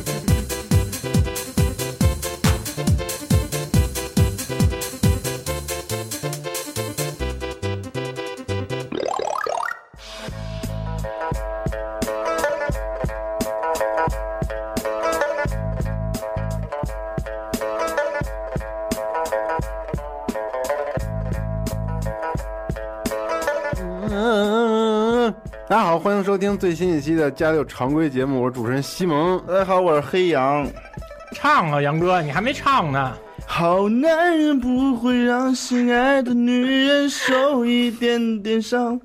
嗯，大家好，欢迎收听最新一期的《家六》常规节目，我是主持人西蒙。大家好，我是黑羊。唱啊，杨哥，你还没唱呢。好男人不会让心爱的女人受一点点伤。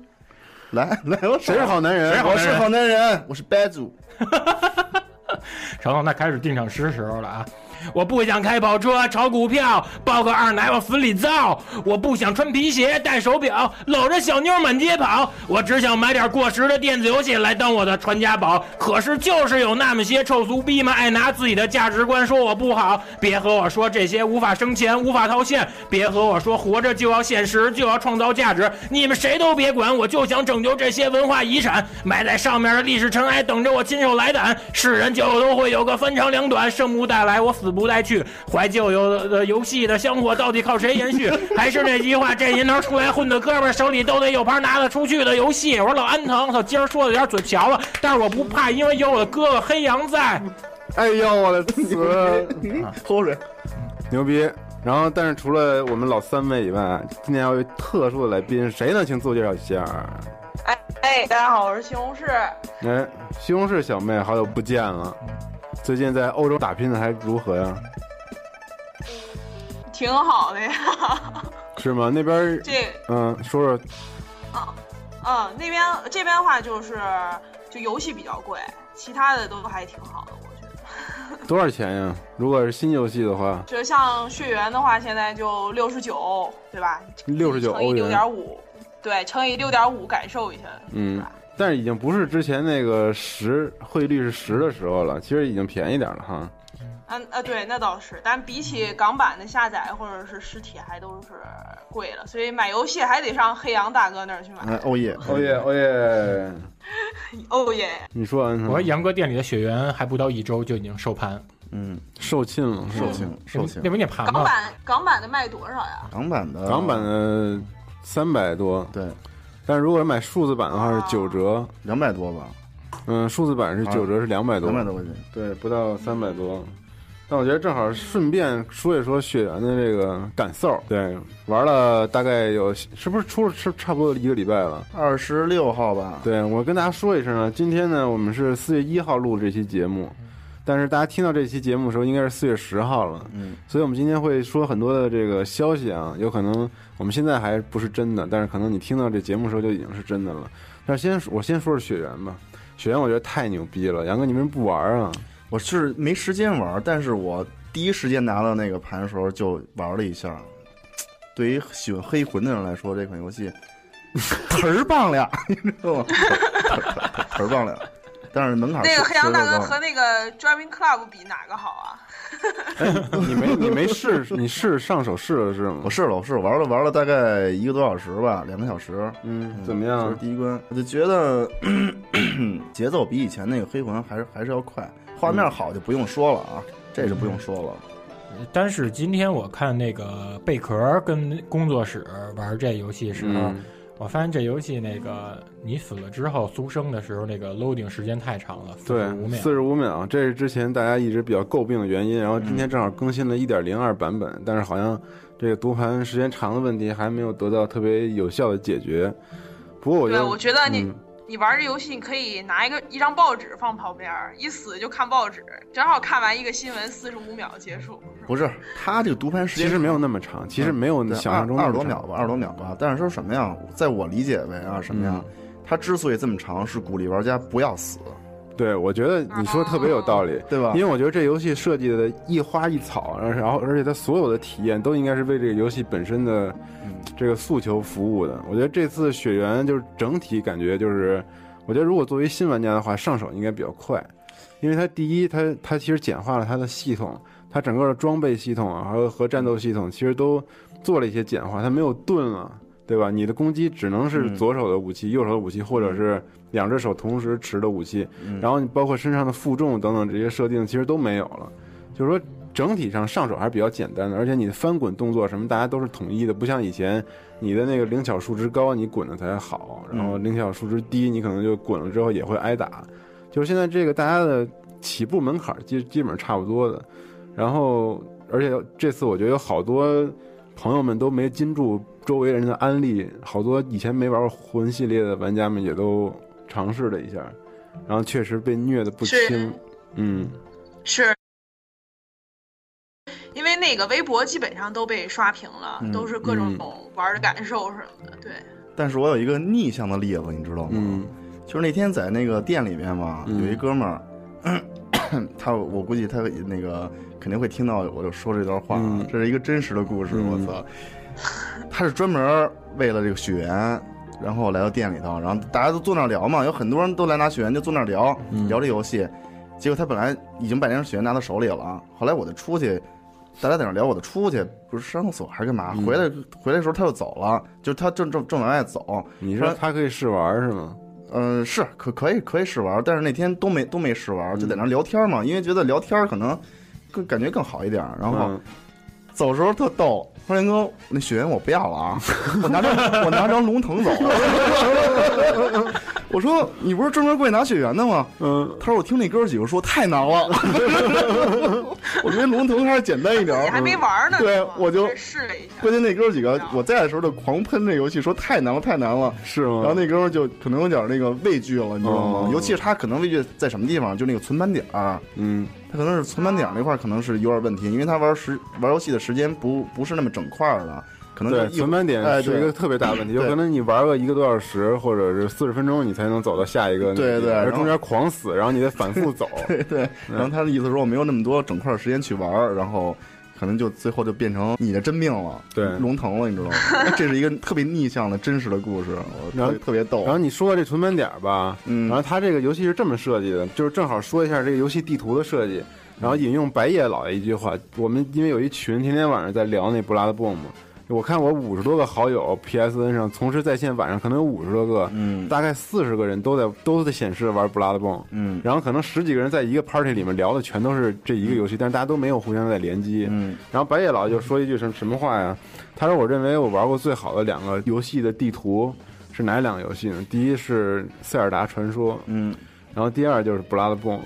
来来，我谁是好男人？我是好男人，我是白主。成了，那开始定场诗时候了啊！我不想开跑车，炒股票，抱个二奶往死里造。我不想穿皮鞋，戴手表，搂着小妞满街跑。我只想买点过时的电子游戏来当我的传家宝。可是就是有那么些臭俗逼们，爱拿自己的价值观说我不好。别和我说这些无法生钱、无法套现。别和我说活着就要现实，就要创造价值。你们谁都别管，我就想拯救这些文化遗产，埋在上面的历史尘埃，等着我亲手来掸。世人就都会有个分长两短，生不带来，我死不带去。怀旧游的游戏的香火到底靠谁延续？还是那句话，这年头出来混的哥们儿手里都得有盘拿得出去的游戏。我说老安藤，操，今儿说的有点嘴瓢了，但是我不怕，因为有我的哥哥黑羊在。哎呦我的死！口水。牛逼！然后，但是除了我们老三位以外，今天还有一位特殊的来宾，谁呢？请自我介绍一下。哎哎，大家好，我是西红柿。哎，西红柿小妹，好久不见了，最近在欧洲打拼的还如何呀？挺好的呀。是吗？那边，这嗯，说说，嗯，那边这边的话就是，就游戏比较贵，其他的都还挺好的，我觉得。多少钱呀？如果是新游戏的话，就是像血缘的话，现在就六十九，对吧？ 69乘以欧元六点五，对，乘以六点五，感受一下。嗯是吧，但是已经不是之前那个十汇率是十的时候了，其实已经便宜点了哈。嗯呃，对，那倒是，但比起港版的下载或者是实体，还都是贵了，所以买游戏还得上黑羊大哥那儿去买。哎，欧耶，哦耶哦耶！嗯哦耶，你说完我和杨哥店里的血缘还不到一周就已经收盘，嗯，售罄了，是吧受请那受不请那。不念盘啊吗？港版港版的卖多少呀？港版的，嗯港版的三百多，嗯对，但如果买数字版的话是九折，两百多吧，嗯，数字版是九折，是两百多，两百多块钱。对，不到三百多。但我觉得正好顺便说一说血缘的这个感受，对，玩了大概有是不是出了是差不多一个礼拜了？二十六号吧，对我跟大家说一声啊，今天呢我们是四月一号录这期节目，但是大家听到这期节目的时候应该是四月十号了，嗯，所以我们今天会说很多的这个消息啊，有可能我们现在还不是真的，但是可能你听到这节目的时候就已经是真的了。但是先说我先说说雪原吧，雪原我觉得太牛逼了，杨哥你为什么不玩啊？我是没时间玩，但是我第一时间拿到那个盘的时候就玩了一下。对于喜欢黑魂的人来说，这款游 戏忒儿棒了， 你知道吗？忒儿棒 了，但是门槛那个是黑羊大哥是和那个 Driving Club 比哪个好啊？你没你没试，你试上手试了是吗我？试了，我试了玩了玩了大概一个多小时吧，两个小时。嗯，嗯怎么这样是？第一关，我就觉得 咳咳节奏比以前那个黑魂还是还是要快，画嗯面好就不用说了啊，这就不用说了。但是今天我看那个贝壳跟工作室玩这游戏时候，嗯，我发现这游戏那个你死了之后苏生的时候，那个 loading 时间太长了，对五，秒四。十五秒，这是之前大家一直比较诟病的原因。然后今天正好更新了一点零二版本，但是好像这个读盘时间长的问题还没有得到特别有效的解决。不过我觉对，啊得，我觉得你、嗯你玩这游戏，你可以拿一个一张报纸放旁边儿，一死就看报纸，正好看完一个新闻，四十五秒结束。不是，他这个读盘时嗯其间实没有那么长，其实没有嗯对想象中二那二十多么长秒吧，二十多秒吧。嗯但是说什么呀？在我理解为啊，什么呀？他之所以这么长，是鼓励玩家不要死，对，我觉得你说特别有道理，对吧因为我觉得这游戏设计的一花一草，然后然后而且它所有的体验都应该是为这个游戏本身的嗯这个诉求服务的。我觉得这次血缘就是整体感觉就是，我觉得如果作为新玩家的话，上手应该比较快，因为它第一，它它其实简化了它的系统，它整个的装备系统啊，还有和战斗系统其实都做了一些简化，它没有盾了。对吧？你的攻击只能是嗯左手的武器、右手的武器，或者是两只手同时持的武器。然后你包括身上的负重等等这些设定，其实都没有了。就是说，整体上上手还是比较简单的，而且你的翻滚动作什么，大家都是统一的，不像以前你的那个灵巧数值高，你滚的才好，然后灵巧数值低，你可能就滚了之后也会挨打。就是现在这个大家的起步门槛儿基基本上差不多的，然后而且这次我觉得有好多朋友们都没禁住周围人的安利，好多以前没玩过魂系列的玩家们也都尝试了一下，然后确实被虐的不是轻，嗯，是，因为那个微博基本上都被刷屏了，嗯都是各种嗯玩的感受什么的。对，但是我有一个逆向的例子，你知道吗？嗯就是那天在那个店里面嘛，嗯有一哥们儿，他我估计他那个肯定会听到我就说这段话啊，嗯这是一个真实的故事，嗯我操！他是专门为了这个血缘，然后来到店里头，然后大家都坐那儿聊嘛，有很多人都来拿血缘，就坐那儿聊、嗯聊这游戏。结果他本来已经把那张血缘拿到手里了，后来我就出去，大家在那儿聊，我就出去，不是上厕所还是干嗯嘛？回来回来的时候他就走了，就他正正正往外走，你说他可以试玩是吗？嗯，是可可以可以试玩，但是那天都没都没试玩，就在那聊天嘛，因为觉得聊天可能更感觉更好一点。然后嗯走的时候特逗，说林哥，那血缘我不要了啊，我拿张我拿张龙腾走。 我说你不是专门过去拿血缘的吗？嗯，他说我听那哥几个说太难了， 我觉得龙腾还是简单一点儿。你还没玩呢，嗯对是吗我就这试了一下。关键那哥几个啊我在的时候就狂喷这游戏，说太难了太难了。是吗？然后那哥们儿就可能有点那个畏惧了，你知道吗？嗯哦尤其是他可能畏惧在什么地方，就那个存盘点儿，啊嗯他可能是存盘点儿那块儿可能是有点问题，因为他玩时玩游戏的时间不不是那么整块儿的，可能就对，一存盘哎点是对一个特别大的 问题，有对可能你玩个一个多小时，或者是四十分钟，你才能走到下一个那个地方，对对然而后中间狂死，然后你得反复走， 对。然后他的意思说我没有那么多整块儿时间去玩儿，然后可能就最后就变成你的真命了，对龙腾了，你知道吗？ 这是一个特别逆向的真实的故事，我然特后别特别逗然。后你说这存盘点儿吧，嗯然后它这个游戏是这么设计的，就是正好说一下这个游戏地图的设计，然后引用白夜老爷一句话，我们因为有一群天天晚上在聊那布拉德蹦嘛，我看我五十多个好友 PSN 上同时在线，晚上可能有五十多个，嗯大概四十个人都在都在显示玩布拉德蹦，嗯然后可能十几个人在一个 party 里面聊的全都是这一个游戏，但是大家都没有互相在联机，嗯然后白夜老就说一句什么什么话呀？他说：“我认为我玩过最好的两个游戏的地图是哪两个游戏呢？第一是《塞尔达传说》，嗯然后第二就是《布拉德蹦》，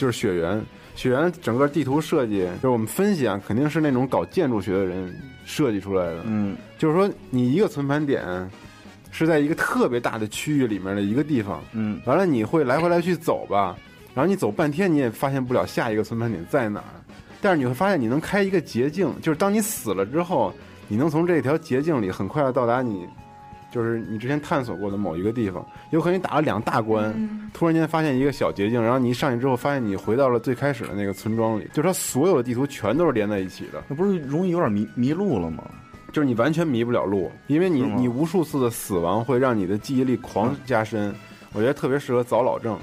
就是雪原。雪原整个地图设计，就是我们分析啊，肯定是那种搞建筑学的人设计出来的。嗯就是说，你一个存盘点是在一个特别大的区域里面的一个地方，嗯完了你会来回来去走吧，然后你走半天你也发现不了下一个存盘点在哪儿，但是你会发现你能开一个捷径，就是当你死了之后，你能从这条捷径里很快的到达你，就是你之前探索过的某一个地方，有可能你打了两大嗯关。嗯突然间发现一个小捷径，然后你一上去之后，发现你回到了最开始的那个村庄里，就是它所有的地图全都是连在一起的，那不是容易有点迷迷路了吗？就是你完全迷不了路，因为你是吗嗯你无数次的死亡会让你的记忆力狂加深，我觉得特别适合早老症。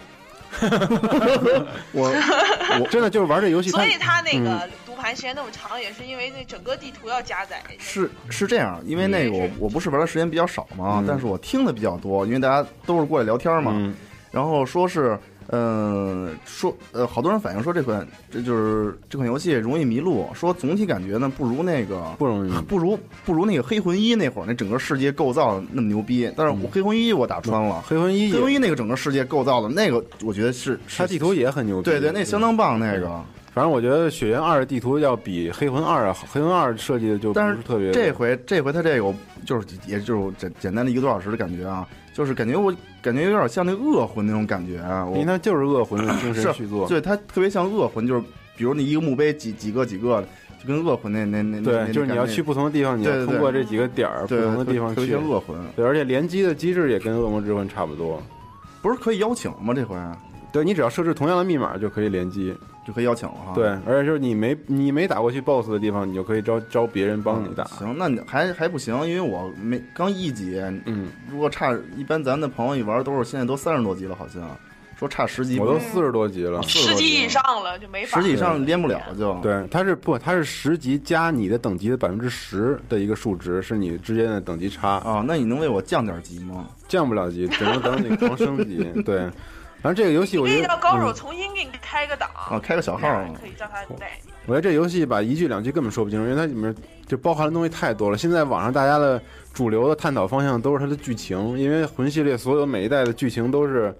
我我真的就是玩这游戏，它所以他那嗯个读盘时间那么长，也是因为那整个地图要加载。是是这样，因为那个我嗯我不是玩的时间比较少嘛，嗯但是我听的比较多，因为大家都是过来聊天嘛。嗯然后说是嗯、说呃，好多人反映说这款这就是这款游戏容易迷路，说总体感觉呢不如那个不容易迷路不如不如那个黑魂一那会儿那整个世界构造那么牛逼。但是嗯我黑魂一我打穿了，黑魂一黑魂也，一那个整个世界构造的那个，我觉得是是嗯它地图嗯也很牛逼。对对，那相当棒那个。反正我觉得《血缘二》的地图要比《黑魂二》要好，《黑魂二》设计的就不但是是特别这回这回他这个我就是也就是简简单的一个多小时的感觉啊，就是感觉我感觉有点像那个恶魂那种感觉啊，因为我它就是恶魂的精神是续作，对它特别像恶魂，就是比如你一个墓碑几几个几个，就跟恶魂那那那那对，那就是你要感觉去不同的地方，你对对要对通过这几个点儿不对同的地方特别去像。恶魂，对，而且联机的机制也跟《恶魔之魂》差不多。不是可以邀请吗？这回对你只要设置同样的密码就可以联机，就可以邀请了哈。嗯对，而且就是你没你没打过去 BOSS 的地方，你就可以招招别人帮你打。啊行，那你还还不行，因为我没刚一级，嗯，如果差一般咱的朋友一玩都是现在都三十多级了，好像说差十级我都四十多级了。四十十多级级以上了就没法十儿。级以上连不了就。对，它是不，它是十级加你的等级的百分之十的一个数值，是你之间的等级差。啊，那你能为我降点级吗？降不了级，只能等你狂升级。对，反正这个游戏我可觉以得，让高手嗯哦重新给你开个档，啊，开个小这哎号样儿可以叫他带你。我觉得这游戏吧，一句两句根本说不清楚，因为它里面就包含的东西太多了。现在网上大家的主流的探讨方向都是它的剧情，因为魂系列所有每一代的剧情都是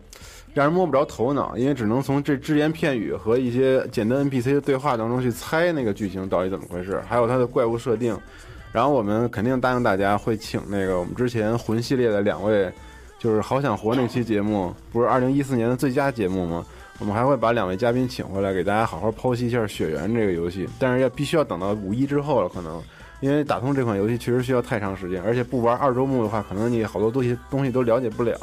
让人摸不着头脑，因为只能从这只言片语和一些简单 NPC 的对话当中去猜那个剧情到底怎么回事，还有它的怪物设定。然后我们肯定答应大家会请那个我们之前魂系列的两位，就是《好想活》那期节目，不是二零一四年的最佳节目吗？我们还会把两位嘉宾请回来，给大家好好剖析一下《血缘》这个游戏，但是要必须要等到五一之后了，可能因为打通这款游戏确实需要太长时间，而且不玩二周目的话，可能你好多东西东西都了解不了。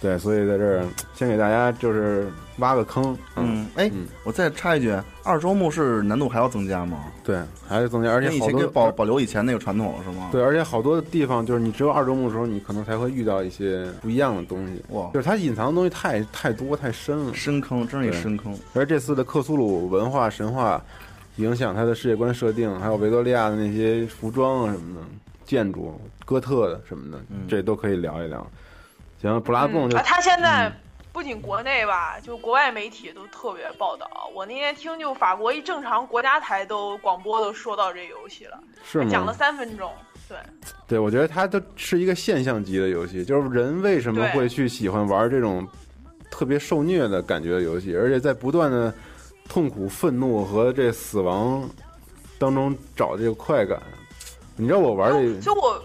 对，所以在这儿先给大家就是挖个坑，嗯，嗯，哎嗯，我再插一句，二周目是难度还要增加吗？对，还是增加，而且那以好前多哦给保保留以前那个传统了是吗？，对，而且好多地方就是你只有二周目的时候，你可能才会遇到一些不一样的东西，哇就，是它隐藏的东西太太多太深了。深坑，真是一对深坑。而这次的克苏鲁文化神话影响他的世界观设定，还有维多利亚的那些服装啊什么的、建筑、哥特的什么的，嗯这都可以聊一聊。行，布拉贡嗯就、啊，他现在不仅国内吧，就国外媒体都特别报道。我那天听，就法国一正常国家台都广播都说到这游戏了，是讲了吗？三分钟。对，对，我觉得它都是一个现象级的游戏，就是人为什么对会去喜欢玩这种特别受虐的感觉的游戏，而且在不断的痛苦、愤怒和这死亡当中找这个快感。你知道我玩这就就我，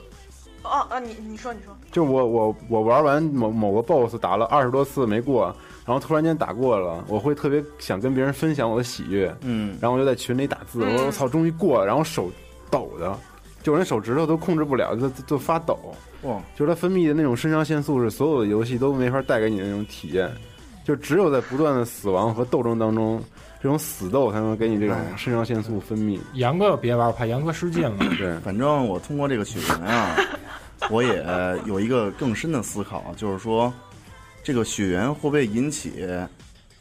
啊啊，你你说你说，就我我我玩完某某个 boss 打了二十多次没过，然后突然间打过了，我会特别想跟别人分享我的喜悦，嗯，然后我就在群里打字，我嗯说我操，终于过了，然后手抖的，就连手指头都控制不了，就就就发抖，哇，就是它分泌的那种肾上腺素是所有的游戏都没法带给你的那种体验，就只有在不断的死亡和斗争当中，这种死斗才能给你这种肾上腺素分泌。杨哥别玩，我怕杨哥失禁了。对，反正我通过这个雪人 啊，我也有一个更深的思考，啊就是说，这个血缘会不会引起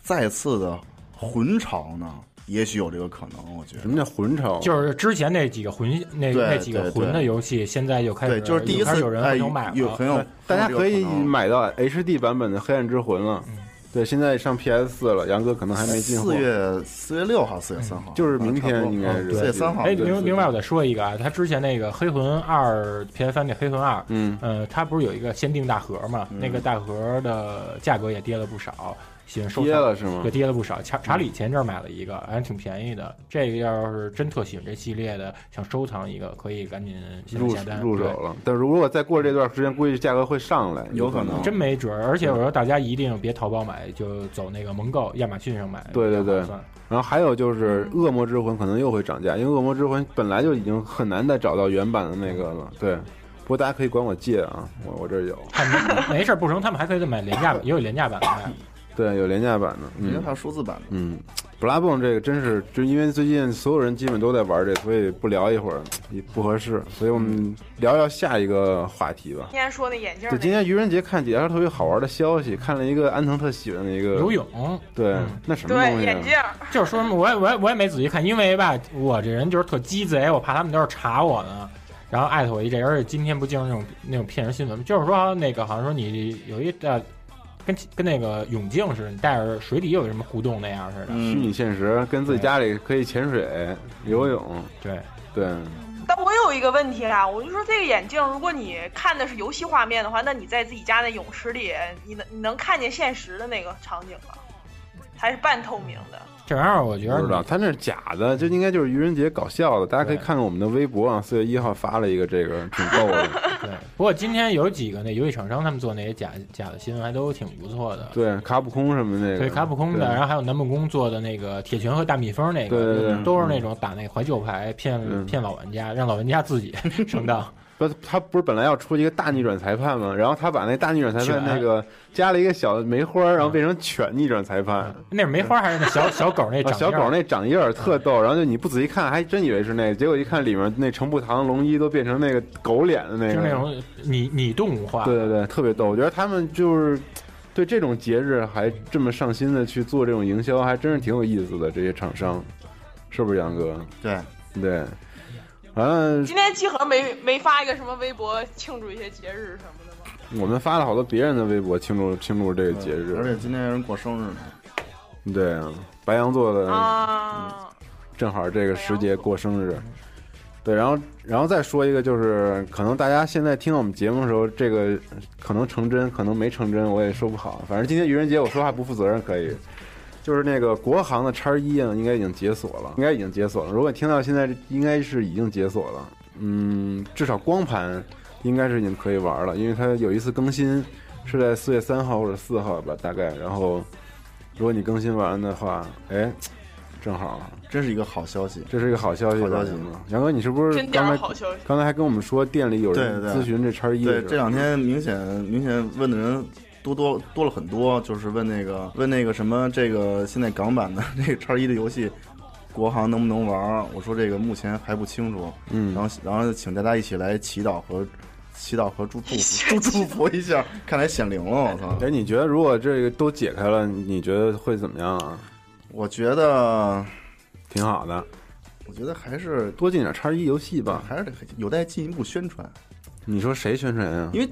再次的魂潮呢？也许有这个可能，我觉得。什么叫魂潮？就是之前那几个魂那对那几个魂的游戏，现在又开始对，就是第一又开始次有人哎，会有买有了很。有，大家可很有这以个可能啊买到 HD 版本的《黑暗之魂》了。对，现在上 PS 四了，杨哥可能还没进货。嗯四月四月六号，四月三号，啊就是明天应该是四月三号。哎，对另另外我再说一个啊，他之前那个《黑魂二》PS 三那《黑魂二》，嗯，呃，它不是有一个限定大盒嘛？嗯那个大盒的价格也跌了不少，喜欢收跌藏了是吗对，？跌了不少。查查理前阵儿买了一个，还挺便宜的。这个要是真特喜欢这系列的，想收藏一个，可以赶紧先入下单入手对了，但如果再过这段时间，估计价格会上来，有可能能。真没准儿，而且我说大家一定别淘宝买，就走那个盟购、亚马逊上买。对对比较对划算然后还有就是嗯《恶魔之魂》可能又会涨价，因为《恶魔之魂》本来就已经很难再找到原版的那个了。嗯对，不过大家可以管我借啊，我我这儿有，看没没事儿不成，他们还可以再买廉价版，也有廉价版的卖。对，有廉价版的。明嗯天还有数字版的。嗯，布拉蹦这个真是，就因为最近所有人基本都在玩这，所以不聊一会儿也不合适，所以我们嗯聊聊下一个话题吧。今天说那眼镜儿对，那今天愚人节看几条特别好玩的消息，看了一个安藤特喜欢的一个游，泳对，嗯那什么对东西、眼镜啊？儿，就是说什么，我也我也我也没仔细看，因为吧，我这人就是特鸡贼，我怕他们到时候查我呢。然后艾特我一这，而且今天不净是那种那种骗人新闻吗，就是说那个好像说你有一呃跟跟那个泳镜似的，你带着水底有什么互动那样似的。嗯嗯虚拟现实跟自己家里可以潜水、嗯游泳，对，对，但我有一个问题啊，我就说这个眼镜，如果你看的是游戏画面的话，那你在自己家那泳池里，你能你能看见现实的那个场景吗？还是半透明的？这玩意儿我觉不知道得他那是假的，这应该就是愚人节搞笑的。大家可以嗯对看看我们的微博啊，四月一号发了一个这 个，挺逗的。对。不过今天有几个那游戏厂商他们做那些假假的新闻还都挺不错的。对，卡普空什么那个，对卡普空的，对然后还有南梦宫做的那个铁拳和大蜜蜂那个，对对对就是都是那种打那怀旧牌骗、嗯骗老玩家，让老玩家自己 上当。不，他不是本来要出一个大逆转裁判吗？然后他把那大逆转裁判犬那个加了一个小梅花，然后变成犬逆转裁判。那是梅花还是那小小嗯狗那啊长、嗯小狗那掌印儿特逗，然后就你不仔细看还真以为是那个，结果一看里面那程步堂龙一都变成那个狗脸的那就是那个，种拟拟动物化。对对对，特别逗。我觉得他们就是对这种节日还这么上心的去做这种营销，还真是挺有意思的。这些厂商是不是杨哥？对，对，完了今天集合没没发一个什么微博庆祝一些节日什么的吗？我们发了好多别人的微博庆祝庆祝这个节嗯而日，且今天有人过生日呢，对啊，白羊座的啊，正好这个时节过生日，对，然后然后再说一个，就是可能大家现在听到我们节目的时候，这个可能成真，可能没成真，我也说不好。反正今天愚人节我说话不负责任，可以。就是那个国行的叉一啊，应该已经解锁了，应该已经解锁了。如果你听到现在，应该是已经解锁了。嗯，至少光盘应该是已经可以玩了，因为它有一次更新是在四月三号或者四号吧，大概。然后，如果你更新完的话，哎，正好真是一个好消息。这是一个好消息吧，好消息杨哥杨哥，你是不是真点刚儿才好消息。刚才还跟我们说店里有人对对咨询这叉一的对，事儿？这两天明显明显问的人多多多了很多，就是问那个问那个什么这个现在港版的 这个叉一的游戏，国行能不能玩儿？我说这个目前还不清楚，嗯，然后然后请大家一起来祈祷和祈祷 和祝祝谢福祝祝福一下，看来显灵了，我操！哎，你觉得如果这个都解开了，你觉得会怎么样啊？我觉得挺好的，我觉得还是啊多进点叉一游戏吧。还是得有待进一步宣传，你说谁宣传呀因？为。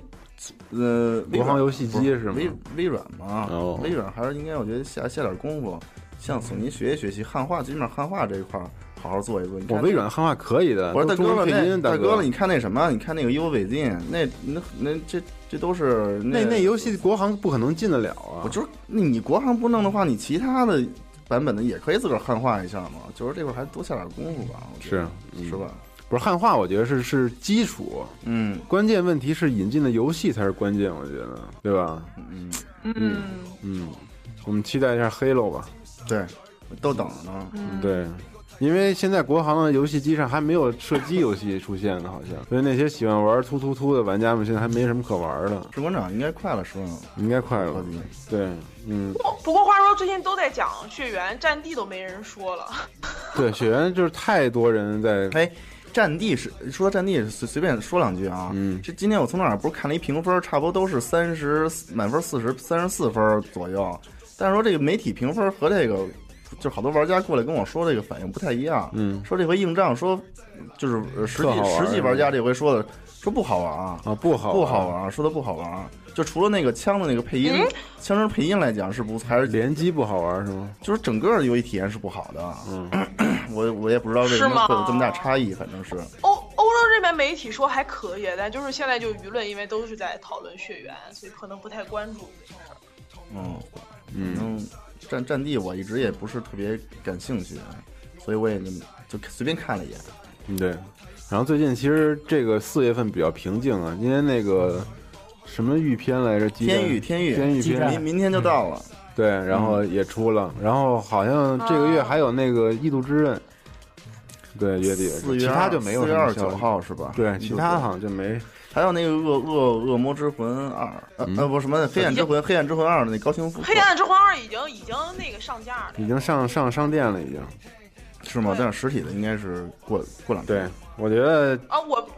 呃，微国行软游戏机不是吗微微软嘛，哦微软还是应该，我觉得下下点功夫，向索尼学习学习汉化，最起码汉化这一块儿好好做一做。你看我微软汉化可以的，我说大都中哥了，文配那音，大哥哥了，你看那什么，你看那个《义无违禁》，那那那这这都是那那那游，戏国行不可能进得了啊我！就是那你国行不弄的话，你其他的版本的也可以自个儿汉化一下嘛。就是这块儿还多下点功夫吧，我觉得是嗯是吧？不是汉化，我觉得是是基础，嗯关键问题是引进的游戏才是关键，我觉得，对吧？嗯，嗯，嗯，我们期待一下黑喽吧。对，都等着呢。嗯嗯对，因为现在国行的游戏机上还没有射击游戏出现呢，好像，所以那些喜欢玩突突突的玩家们现在还没什么可玩的，士官长应该快了，是吧？应该快了科。技对，嗯，不不过话说，最近都在讲血缘战地，都没人说了。对，雪原就是太多人在，哎，战地是说到战地，随随便说两句啊。嗯这今天我从哪儿不是看了一评分，差不多都是三十满分四十三十四分左右。但是说这个媒体评分和这个，就好多玩家过来跟我说这个反应不太一样。嗯说这回硬仗说，就是呃实际特好玩实际玩家这回说的说不好玩啊，啊，不好，不好，玩，说的不好玩啊。就除了那个枪的那个配音，枪声配音来讲是不还是联机不好玩是吗？就是整个游戏体验是不好的。啊嗯， 我我也不知道为什是么吗会有这么大差异，反正是。欧欧洲这边媒体说还可以，但就是现在就舆论，因为都是在讨论血缘，所以可能不太关注这件事儿。嗯，反嗯，正战战地我一直也不是特别感兴趣，啊所以我也就就随便看了一眼。嗯对。然后最近其实这个四月份比较平静啊，因为那个什么预片来着，鸡蛋天域，天域，天域嗯鸡蛋片明明天就到了。对，然后嗯也出了，然后好像这个月啊还有那个《异度之刃》，对，月底四月其他就没有四月什么二十消九息号嗯是吧？对，其他好好像就没还有那个恶恶恶魔之魂二，呃嗯呃不是什么黑暗之魂，黑暗之魂二的那高清复刻黑暗之魂二已经已经那个上架了，已经上上商店了，已经。是吗？但是实体的应该是过过两天。对，我觉得啊，我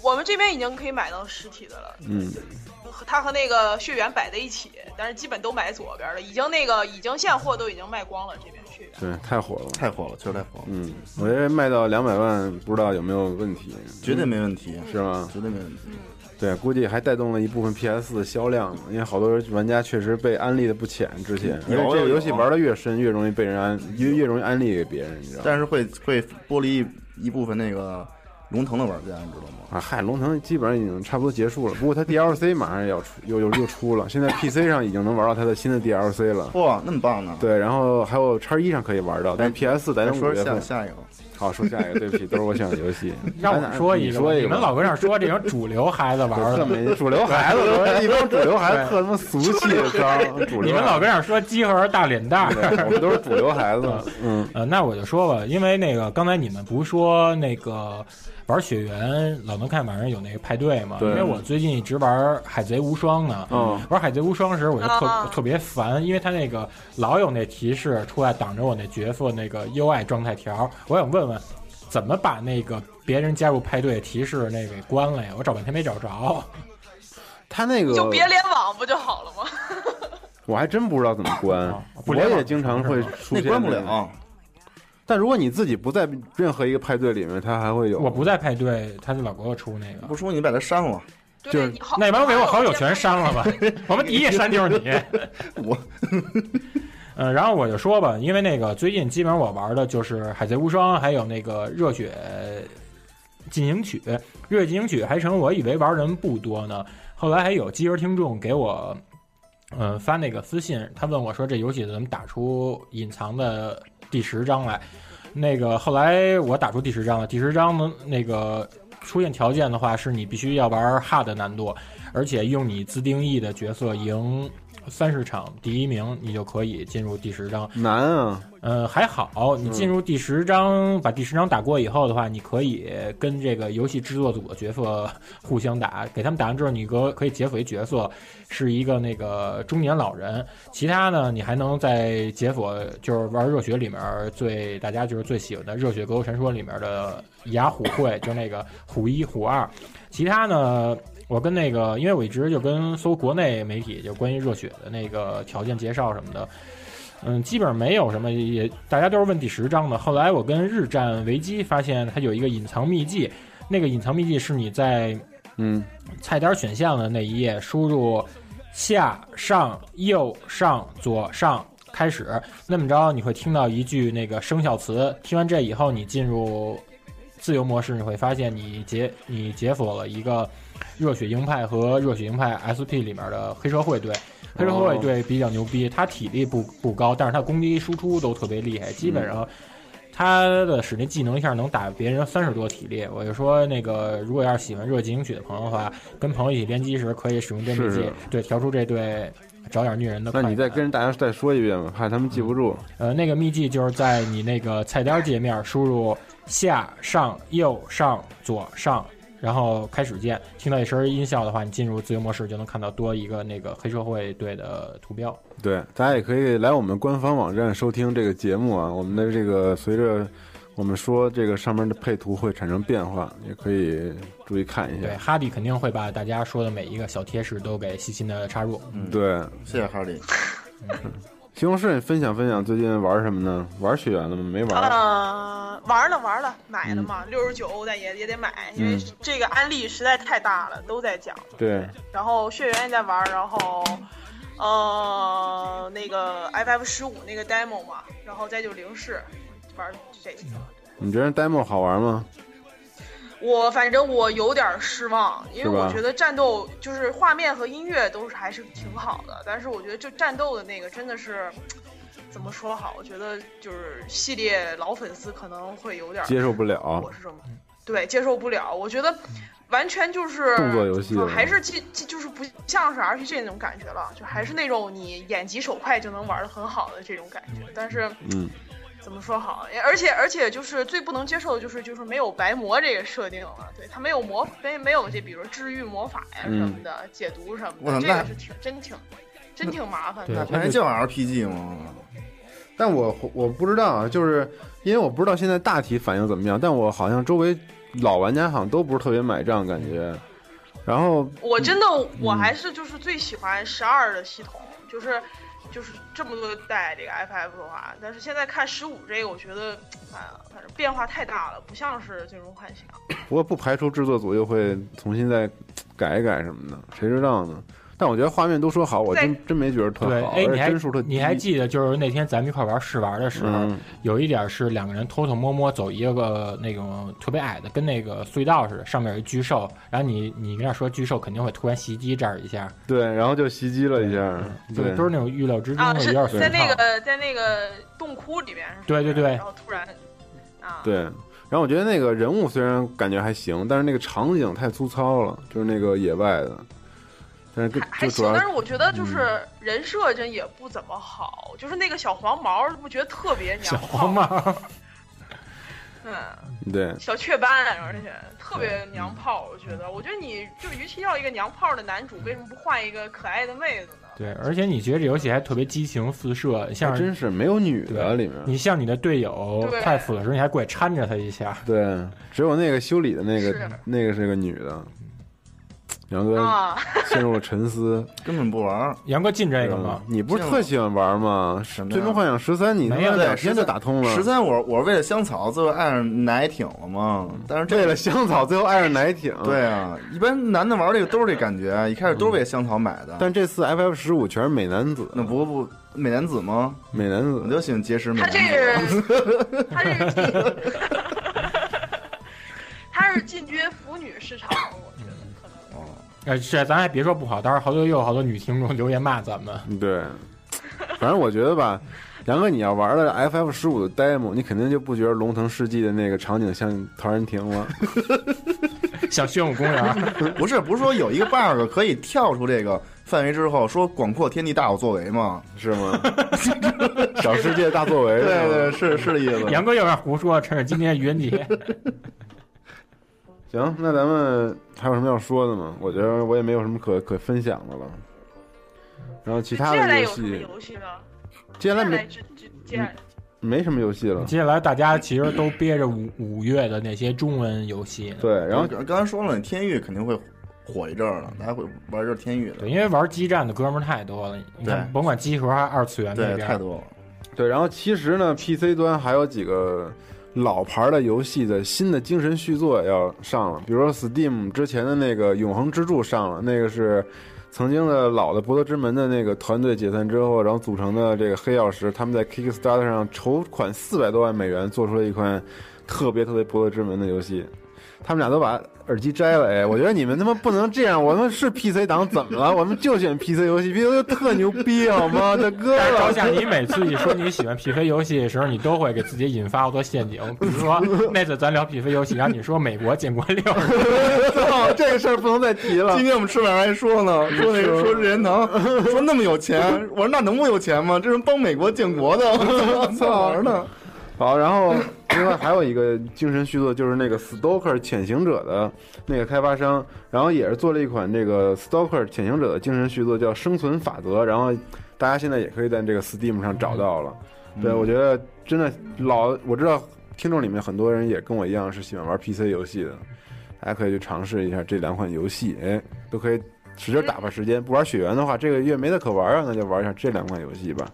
我们这边已经可以买到实体的了，嗯，它和那个血缘摆在一起，但是基本都买左边了，已经那个已经现货都已经卖光了，这边血缘。对，太火了。太火了，确实太火了，嗯，我这卖到两百万，不知道有没有问题？绝对没问题，啊是吗？绝对没问题。对，估计还带动了一部分 PS 的销量呢，因为好多玩家确实被安利的不浅，之前，而且有这个有游戏玩的越深，越容易被人安，越越容易安利给别人，你知道吗？但是会会剥离一部分那个龙腾的玩家，你知道吗？啊，嗨，龙腾基本上已经差不多结束了，不过它 DLC 马上也要出，又又又出了，现在 PC 上已经能玩到它的新的 DLC 了。哇，那么棒呢！对，然后还有叉一上可以玩到，哎但 PS 咱再等五说月下份。下一个，好，说下一个，对不起，都是我想的游戏。 让我说一你个吧，说一你个吧，们老跟这儿说这种主流孩子玩特的，没主流孩子，一帮主流孩子特他妈俗气的脏，主流。你们老跟这儿说鸡盒大脸蛋儿。对我们都是主流孩子，嗯，呃，那我就说吧，因为那个刚才你们不是说那个玩雪原老能看晚上有那个派对嘛？对因为我最近一直玩海贼无双呢。嗯玩海贼无双时我就特、啊特别烦，因为它那个老有那提示出来挡着我那角色那个 UI 状态条，我想问问。怎么把那个别人加入派对提示那给关了呀？我找半天没找着。他那个就别联网不就好了吗？ 我还真不知道怎么关啊，不我联网也经常会是吗出那现关不这种了，但如果你自己不在任何一个派对里面，它还会有。我不在派对，他就老给我出那个不。说你把它删了，对，你好那帮给我好友全删 了吧， 我们你也删就是你。 我嗯，然后我就说吧，因为那个最近基本上我玩的就是《海贼无双》，还有那个《热血进行曲》。《热血进行曲》还成，我以为玩人不多呢，后来还有机儿听众给我， 嗯，发那个私信，他问我说这游戏怎么打出隐藏的第十章来？那个后来我打出第十章了，第十章呢，那个出现条件的话，是你必须要玩 hard 难度，而且用你自定义的角色赢三十场第一名，你就可以进入第十章。难啊，嗯，还好，你进入第十章，把第十章打过以后的话，你可以跟这个游戏制作组的角色互相打，给他们打完之后，你可可以解锁一角色，是一个那个中年老人。其他呢，你还能在解锁，就是玩热血里面最大家就是最喜欢的《热血格斗传说》里面的雅虎会，就是那个虎一、虎二。啊其他呢，我跟那个，因为我一直就跟搜国内媒体就关于热血的那个条件介绍什么的，嗯，基本上没有什么，也大家都是问第十章的。后来我跟日战维基发现，它有一个隐藏秘技，那个隐藏秘技是你在嗯，菜单选项的那一页输入下上右上左上开始，那么着你会听到一句那个生效词，听完这以后你进入自由模式，你会发现你解你解锁了一个热血鹰派和热血鹰派 SP 里面的黑社会队。黑社会队比较牛逼，他体力不不高，但是他攻击输出都特别厉害，基本上他的使那技能一下能打别人三十多体力。我就说那个，如果要是喜欢热血英血的朋友的话，跟朋友一起联机时可以使用这秘是技是，对，调出这队找点虐人的快那感。你再跟大家再说一遍吧，怕他们记不住。呃，那个秘技就是在你那个菜单界面输入下上右上左上，然后开始键，听到一声音效的话，你进入自由模式就能看到多一个那个黑社会队的图标。嗯对，大家也可以来我们官方网站收听这个节目啊。我们的这个随着我们说这个上面的配图会产生变化，也可以注意看一对，下。哈迪肯定会把大家说的每一个小贴士都给细心的插入。对，谢谢哈利，西红柿，你分享分享最近玩什么呢？玩血缘了吗？没玩。嗯，玩了玩了，买了嗯嘛，六十九欧但也也得买，因为这个安利实在太大了，都在讲。对，然后血缘也在玩，然后，呃，那个 FF 十五那个 demo 嘛，然后再就零式玩这个。你觉得 demo 好玩吗？我反正我有点失望，因为是吧我觉得战斗就是画面和音乐都是还是挺好的，但是我觉得就战斗的那个真的是。怎么说好？我觉得就是系列老粉丝可能会有点接受不了我。是这么，对，接受不了。我觉得完全就是动作游戏就了还是就就是不像是 RPG 那种感觉了，就还是那种你眼疾手快就能玩的很好的这种感觉。但是嗯，怎么说好？而且而且就是最不能接受的就是就是没有白魔这个设定了，对他没有魔没没有这比如治愈魔法呀、嗯什么的、解毒什么我操的，这个那是挺真挺真挺麻烦对的。那还叫 RPG 吗？但我我不知道啊，就是因为我不知道现在大体反应怎么样，但我好像周围老玩家好像都不是特别买账感觉。然后我真的嗯我还是就是最喜欢十二的系统，就是就是这么多代这个 FF 的话，但是现在看十五这个，我觉得哎呀，反正变化太大了，不像是最终幻想。不过不排除制作组又会重新再改一改什么的，谁知道呢？但我觉得画面都说好，我真在真没觉得特对，好，哎，而你且还帧数特低。你还记得就是那天咱们一块玩试玩的时候，嗯有一点是两个人偷偷摸摸走一个那种特别矮的，跟那个隧道似的，上面有一巨兽，然后你你跟那说巨兽肯定会突然袭击这儿一下，对，然后就袭击了一下，就嗯对，都是那种预料之中啊，的，有是点在损那耗。个在那个洞窟里面是吧，对对对然后突然啊，对，然后我觉得那个人物虽然感觉还行，但是那个场景太粗糙了，就是那个野外的。但是跟还还就主行，要但是我觉得就是嗯人设真也不怎么好，就是那个小黄毛，我觉得特别娘小炮黄 帽，嗯，对，啊小雀斑，啊而且嗯特别娘炮，我觉得，我觉得你就与其要一个娘炮的男主，为什么不换一个可爱的妹子呢？对，而且你觉得这游戏还特别激情四射，像还真是没有女的对里面。你像你的队友对快死的时候，你还过去搀着他一下，对，只有那个修理的那是个那个是个女的。杨哦哥啊，陷入了沉思，根本不玩儿。杨哥进这个是吧吗？嗯你不是特喜欢玩吗？什么呀最终幻想十三，你他没有妈两对天就打通了。十三我我为了香草最后爱上奶挺了嘛，但是这为了香草，最后爱上奶挺。对，啊，一般男的玩这个都是这感觉，一开始都是为香草买的。但这次 FF 十五全是美男子，那不不美男子吗？美男我子就喜欢结识美他男这子。是 他这是进，他是进军腐女市场，我觉得可能。嗯呃，是，咱还别说不好，到时候好多又有好多女听众留言骂咱们。 对，反正我觉得吧，杨哥，你要玩了 FF 十五的 demo，你肯定就不觉得龙腾世纪的那个场景像陶然亭了。 像宣武公园，不是不是说有一个 bug 可以跳出这个范围之后说广阔天地大有作为吗？是吗？ 小世界大作为，对对，是是这意思。杨哥又要胡说，趁着今天愚人节，行，那咱们还有什么要说的吗？我觉得我也没有什么可可分享的了。然后其他接下的来游有什么戏，游戏呢？接下来没嗯这这接下来没什么游戏了。嗯接下来大家其实都憋着五五月的那些中文游戏呢。对，然后刚刚才说了，天域肯定会火一阵儿了，大家会玩一阵儿天域的对，。因为玩基站的哥们儿太多了，你看，对甭管机核还是二次元那对，边，太多了。对，然后其实呢，PC 端还有几个老牌的游戏的新的精神续作要上了，比如说 Steam 之前的那个《永恒之柱》上了，那个是曾经的老的《博德之门》的那个团队解散之后，然后组成的这个黑曜石，他们在 Kickstarter 上筹款四百多万美元，做出了一款特别特别《博德之门》的游戏。他们俩都把耳机摘了，哎，我觉得你们他妈不能这样，我们是 PC 党怎么了？我们就选 PC 游戏，PC 游戏特牛逼好吗，大哥？但是朝夏，你每次一说你喜欢 PV 游戏的时候，你都会给自己引发好多陷阱。比 如说那次咱聊 PV 游戏，然后你说美国建国六， 操，哦这个事儿不能再提了今。天我们吃晚饭还说呢，说那个说任天 堂说那么有钱，我说那能不有钱吗？这人帮美国建国的， 我操，玩呢？好，然后另外还有一个精神续作，就是那个 Stalker 潜行者的那个开发商，然后也是做了一款这个 Stalker 潜行者的精神续作，叫《生存法则》，然后大家现在也可以在这个 Steam 上找到了。嗯对，我觉得真的老，我知道听众里面很多人也跟我一样是喜欢玩 PC 游戏的，大家可以去尝试一下这两款游戏，哎，都可以使劲打发时间。不玩血缘的话，这个月没得可玩啊，那就玩一下这两款游戏吧。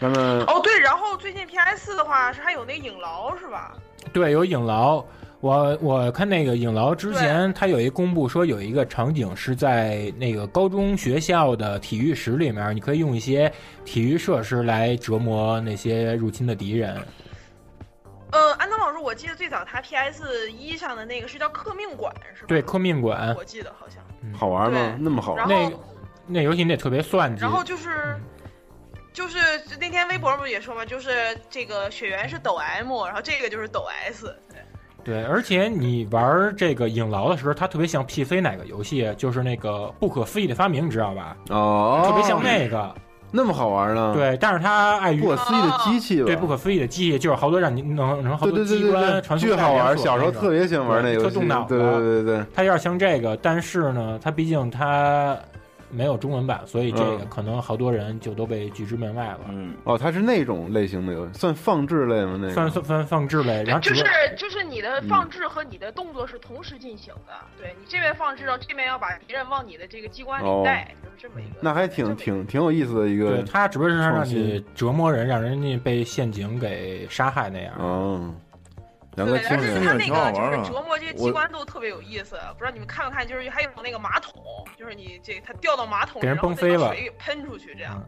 那么哦对，然后最近 PS 的话是还有那个影牢是吧？对，有影牢。我我看那个影牢之前，他有一公布说有一个场景是在那个高中学校的体育室里面，你可以用一些体育设施来折磨那些入侵的敌人。呃，安东老师，我记得最早他 PS 一上的那个是叫革命馆是吧？对，科命馆我记得好像。好玩吗对？那么好玩然？那后个那游戏你得特别算计。然后嗯就是，就是那天微博上不是也说嘛，就是这个雪原是抖 M，然后这个就是抖 S。对，而且你玩这个影牢的时候，它特别像 PC 哪个游戏，就是那个《不可思议的发明》，你知道吧？哦，特别像那个。那么好玩呢？，对，但是它碍于不可思议的机器吧？对不可思议的记忆，就是好多让你能能好对多对对机对关对传送巨带好连玩。锁小时候那种特别喜欢玩那游戏，特动脑对对对对对。它有点像这个，但是呢，它毕竟它没有中文版，所以这个嗯可能好多人就都被拒之门外了。嗯，哦，它是那种类型的游戏，算放置类吗？那个算算算放置类，哎然后就只是就是你的嗯放置和你的动作是同时进行的，对你这边放置，然后这边要把敌人往你的这个机关哦里带，就是这么一个。那还这么挺一个挺挺有意思的一对个他只不过是让创新你折磨人，让人家被陷阱给杀害那样。哦。杨哥对，听而且着它听着也那挺好个玩就啊是折磨这些我机关都特别有意思，不知道你们看没看？就是还有那个马桶，就是你这它掉到马桶里，给人然后崩再飞把了水给喷出去这样。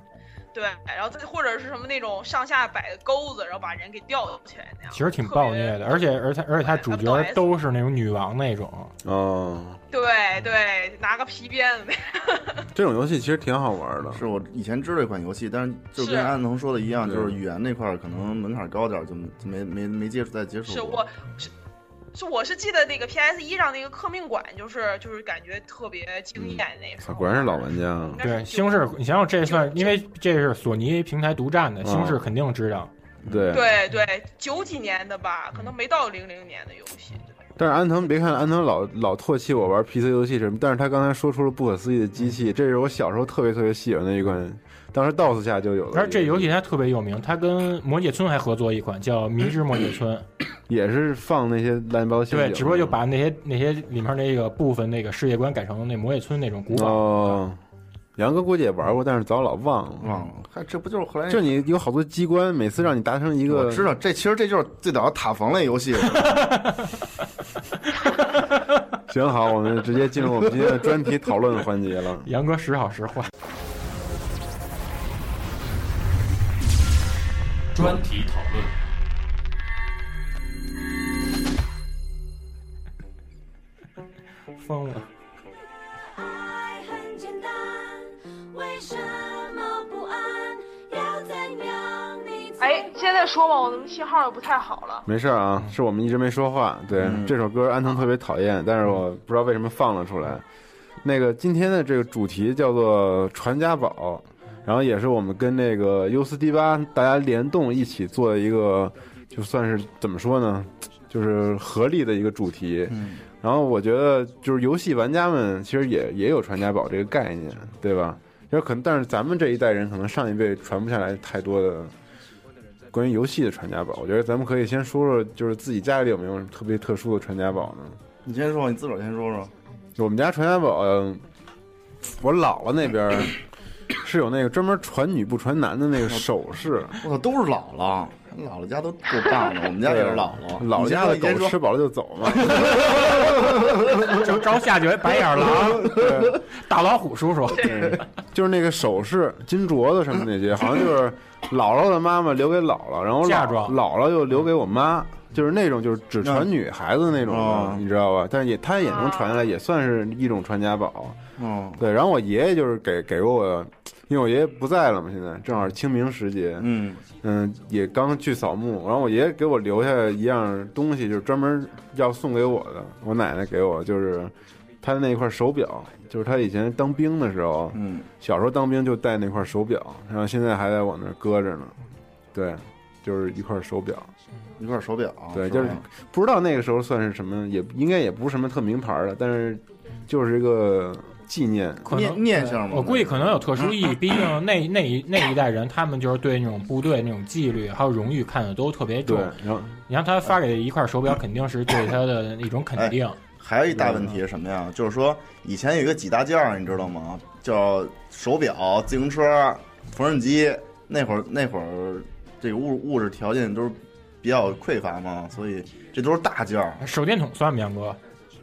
对，然后再或者是什么那种上下摆的钩子，然后把人给吊起来那样。其实挺特别暴虐的，而且而且而且他主角都是那种女王那种，哦，对对，拿个皮鞭子，这种游戏其实挺好玩的。是我以前知道一款游戏，但是就跟是安藤说的一样，对就是语言那块儿可能门槛高点儿，就就没没没接触再接触过。是我是。是我是记得那个 PS 一上那个革命馆，就是就是感觉特别惊艳那时操候。果然是老玩家啊应！该是对，星九矢，你想想这算，就因为这是索尼平台独占的，嗯星矢肯定知道。对，对对，九几年的吧，可能没到零零年的游戏。但是安藤，别看安藤老老唾弃我玩 PC 游戏什么，但是他刚才说出了不可思议的机嗯器，这是我小时候特别特别喜欢的一款，当时 DOS 下就有的。但是这游戏它特别有名，它跟魔界村还合作一款叫《迷之魔界村》，嗯也是放那些乱七八糟陷阱对，的，只不过就把那些那些里面那个部分那个世界观改成那魔界村那种古堡。哦，杨哥估计也玩过，但是早老忘了。忘了，还这不就是后来这你有好多机关，每次让你达成一个，我知道，这其实这就是最早的塔防类游戏，行好，我们直接进入我们今天的专题讨论环节了。杨哥时好时坏，专题讨论。疯了。爱很简单，为什么不安？要怎样你才哎，现在说吧，我们信号又不太好了。没事儿啊，是我们一直没说话。对，嗯这首歌安藤特别讨厌，但是我不知道为什么放了出来。那个今天的这个主题叫做“传家宝”，然后也是我们跟那个 U 四 D 八大家联动一起做的一个，就算是怎么说呢，就是合力的一个主题。嗯然后我觉得就是游戏玩家们其实也也有传家宝这个概念，对吧？就是可能，但是咱们这一代人可能上一辈传不下来太多的关于游戏的传家宝。我觉得咱们可以先说说，就是自己家里有没有特别特殊的传家宝呢？你先说，你自个儿先说说。我们家传家宝，嗯我姥姥那边儿是有那个专门传女不传男的那个首饰。我操，都是姥姥，姥姥家都够大的，我们家也是姥姥。老家的哦你先狗说吃饱了就走嘛。招招下去白眼狼，大老虎叔叔，就是那个首饰、金镯子什么那些，好像就是姥姥的妈妈留给姥姥，然后姥嫁妆姥姥又留给我妈，就是那种就是只传女孩子那种的，嗯你知道吧？但是也她也能传下来，也算是一种传家宝。嗯对，然后我爷爷就是给给过我，因为我爷爷不在了嘛，现在正好是清明时节，嗯，嗯，也刚去扫墓，然后我爷爷给我留下一样东西，就是专门要送给我的，我奶奶给我，就是他的那块手表，就是他以前当兵的时候，嗯，小时候当兵就戴那块手表，然后现在还在我那儿搁着呢。对，就是一块手表，一块手表，对，吧哦就是不知道那个时候算是什么，也应该也不是什么特名牌的，但是就是一个纪念。可能念念想嘛。我估计可能有特殊意义，毕竟那那一那一代人，他们就是对那种部队那种纪律还有荣誉看得都特别对重。，然后你让他发给一块手表，肯定是对他的一种肯定。还有一大问题是什么呀？就是说以前有一个几大件儿，你知道吗？叫手表、自行车、缝纫机。那会儿那会儿这个物物质条件都是比较匮乏嘛，所以这都是大件儿。手电筒算吗，杨哥？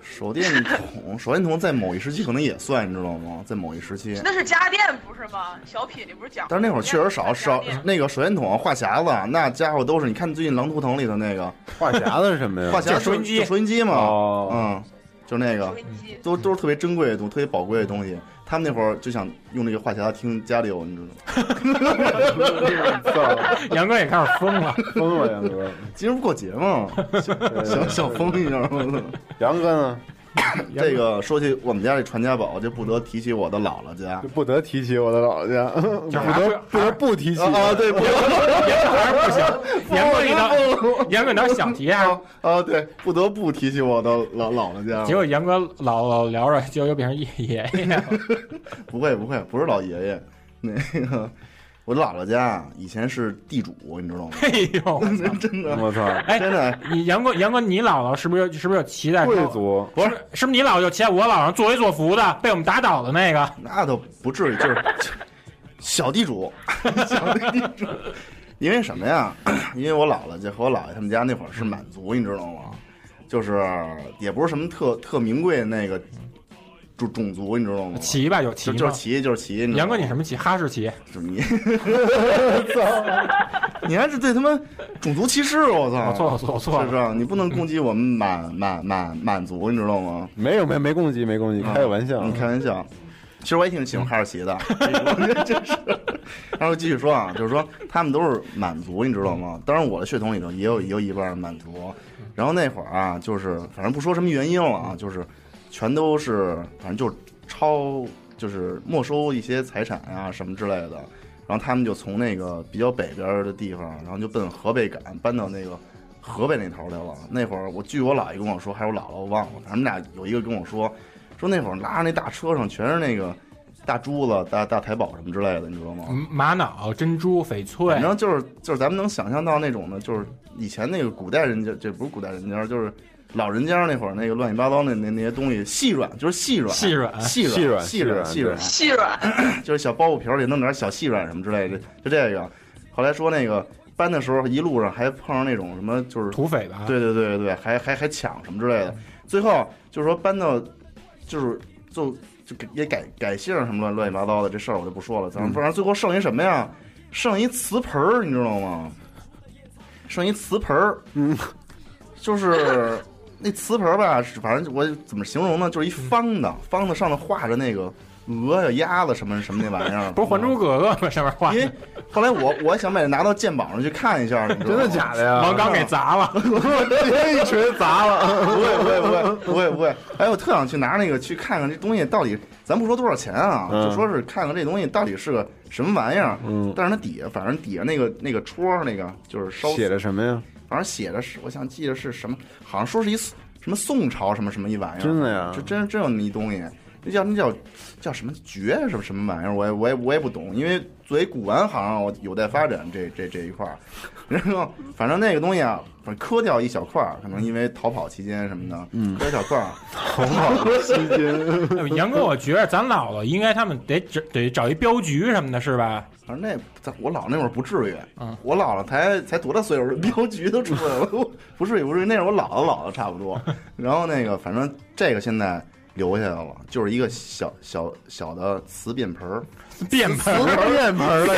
手电筒，手电筒在某一时期可能也算，你知道吗？在某一时期，那是家电不是吗？小品里不是讲？但是那会儿确实少家少电那个手电筒、啊话匣子，那家伙都是你看最近《狼图腾》里头那个话匣子是什么呀？话匣就子，收音机就收音机嘛，哦，嗯，就那个收音 机都都是特别珍贵的东西，特别宝贵的东西。他们那会儿就想用这个话匣子听家里有，你知道吗？算了 杨哥也开始 疯了。疯了杨哥。 今儿不过节嘛，想想疯一下，我操杨哥呢？这个说起我们家这传家宝，就不得提起我的姥姥家 就不得提起我的姥姥 家，不就还是得哦不得不提起啊， 对，不还是不行。严格一点，严格一点想提啊。 啊，对，不得不提起我的老姥姥家。结果严哥老老聊着，结果又变成爷 爷了。不会不会，不是老爷爷， 那个我姥姥家以前是地主，你知道吗？ 哎呦，我操真的哦我操，哎，真的，你杨哥，杨哥，你姥姥是不是是不是有骑在贵族不是，是不是你姥姥就骑在我姥上作威作福的，被我们打倒的那个？那倒不至于，就是就小地主， 小地主。因为什么呀？ 因为我姥姥家和我姥爷他们家那会儿是满族，你知道吗？就是也不是什么特特名贵的那个种种族，你知道吗？骑吧，有骑就吗。就是骑就是骑。杨哥，你么什么骑？哈士奇？你？ 你还是对他们种族歧视，我操！我错了，我错了，我错哦是不了。是？你不能攻击我们满满满满族，你知道吗？没有没没攻击没攻击，开个玩笑，你开玩笑。其实我也挺喜欢哈士奇的， 我觉得真是。然后继续说啊，就是说他们都是满族，你知道吗？当然我的血统里头也有也有一半是满族。然后那会儿啊，就是反正不说什么原因了啊，就是全都是反正就抄，就是没收一些财产啊什么之类的。然后他们就从那个比较北边儿的地方，然后就奔河北赶，搬到那个河北那头儿来了。那会儿我据我姥爷跟我说，还有我姥姥我忘了，他们俩有一个跟我说，说那会儿拉着那大车上全是那个大珠子、大大财宝什么之类的，你知道吗？嗯玛瑙、珍珠、翡翠反，正就是就是咱们能想象到那种的，就是以前那个古代人家，这不是古代人家，就是老人家那会儿那个乱七八糟那那那些东西，细软就是细软，细软细细软，软细软，细细软软，细软，哎就是小包袱皮儿里弄点小细软什么之类的，就这个。后来说那个搬的时候，一路上还碰上那种什么，就是土匪吧？对对对对对，还还还抢什么之类的。最后就是说搬到，就是就就给也改改姓什么乱乱七八糟的这事儿我就不说了，咱嗯们反正最后剩一什么呀？剩一瓷盆儿，你知道吗？剩一瓷盆儿，嗯， 就是那瓷盆儿吧，是反正我怎么形容呢？就是一方的，方的上头画着那个鹅呀、鸭子什么什么那玩意儿， 嗯不是《还珠格格》吗？上面画因为后来我我想把它拿到鉴宝上去看一下，你知道真吗的假的呀？王刚给砸呃了。这一锤砸了，不会不会不会不会不会。哎，我特想去拿那个去看看这东西到底，咱不说多少钱啊，嗯就说是看看这东西到底是个什么玩意儿。嗯，但是它底下，反正底下那个那个戳儿那个就是烧写的什么呀？反正写的是，我想记得是什么，好像说是一宋什么宋朝什么什么一玩意儿，真的呀这真真有那么一东西，那叫那叫叫什么绝什么什么玩意儿，我也我也我也不懂，因为作为古玩行，啊我有待发展这这这一块儿。 然后反正那个东西啊，反正磕掉一小块儿，可能因为逃跑期间什么的，嗯，磕一小块儿，逃跑期间， 哎杨哥，我觉得咱姥姥应该他们得找得找一镖局什么的，是吧？反正那咱我姥那会儿不至于，嗯我姥姥才才多大岁数，镖局都出来了， 不至于不至于，那是我姥姥姥姥差不多。然后那个反正这个现在留下来了，就是一个小小小的瓷便盆儿， 便盆儿，变盆儿了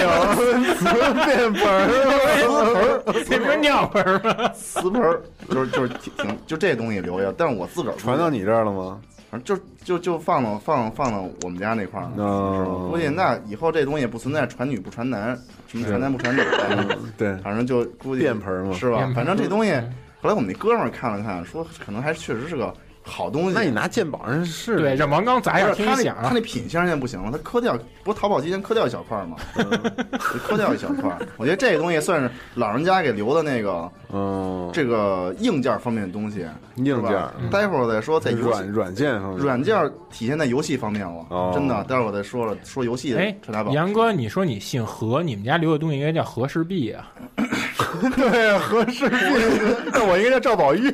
又，变盆儿了，那不是尿盆儿吗？瓷盆儿，就是就是挺挺就这东西留下，但是我自个儿不传到，你这儿了吗？反正就就就放到放放到我们家那块儿了。是吧嗯，估计那以后这东西也不存在传女不传男，什么传男不传女的，对，反正就估计便盆儿嘛是吧便盆？儿反正这东西，后来我们那哥们儿看了看，说可能还确实是个好东西。那你拿鉴宝上 试，对，，让王刚砸一不下，是哎听他一那他响。啊那品相现在不行了，他磕掉，不是淘宝期间磕掉一小块儿 吗？就磕掉一小块儿，我觉得这个东西算是老人家给留的那个嗯，这个硬件方面的东西，硬是件吧儿。嗯待会儿我再说，在游软戏软件方面，软件儿体现在游戏方面了哦，真的。待会儿我再说了，说游戏的哎传家宝，，杨哥，你说你姓何，你们家留的东西应该叫和氏璧啊。对合适。那我应该叫赵宝 玉，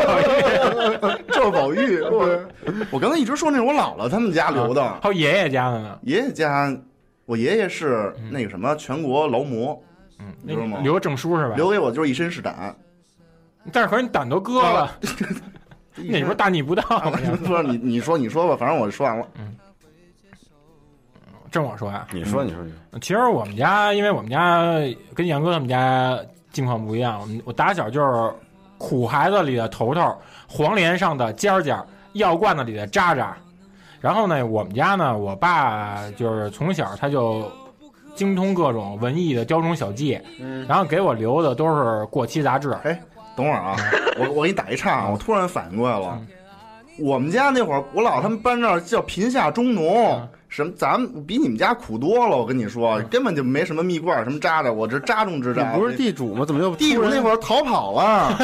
赵宝玉，我我刚才一直说那是我姥姥他们家留的，啊还有爷爷家的呢，爷爷家，我爷爷是那个什么全国劳模，嗯，知道吗那留证书是吧？留给我就是一身是胆。但是可是你胆都割了， 那你不不是大逆不道吗？不 是你你说你说吧，反正我说完了。这我说呀、啊你说你说你说，其实我们家，因为我们家跟杨哥他们家境况不一样，我们我打小就是苦孩子里的头头，黄连上的尖儿尖儿，药罐子里的渣渣。然后呢，我们家呢，我爸就是从小他就精通各种文艺的雕虫小技，然后给我留的都是过期杂志。等会儿啊，我我给你打一岔啊，我突然反应过来了嗯，我们家那会儿，我老他们搬那儿叫贫下中农，什么咱们比你们家苦多了。我跟你说，根本就没什么蜜罐儿什么渣渣，我这渣中之你渣。不是地主吗？怎么又地主那会儿儿逃跑了，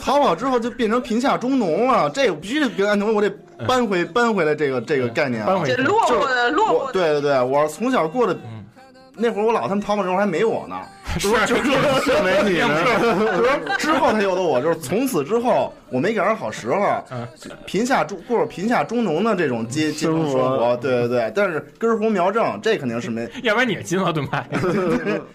逃跑之后就变成贫下中农了。这我必须得贫下中农，我得搬回搬回来这个这个概念啊。搬回这去。落魄的落我魄的，对对对，我从小过的，那会儿我老他们逃跑那会儿还没我呢，是就是说是没你呢，就是说之后他有的我，就是从此之后我没赶上好时候嗯，贫下中过着贫下中农的这种阶阶层生生活活，对对对。但是根红苗正，这肯定是没，要不然你是金毛盾牌。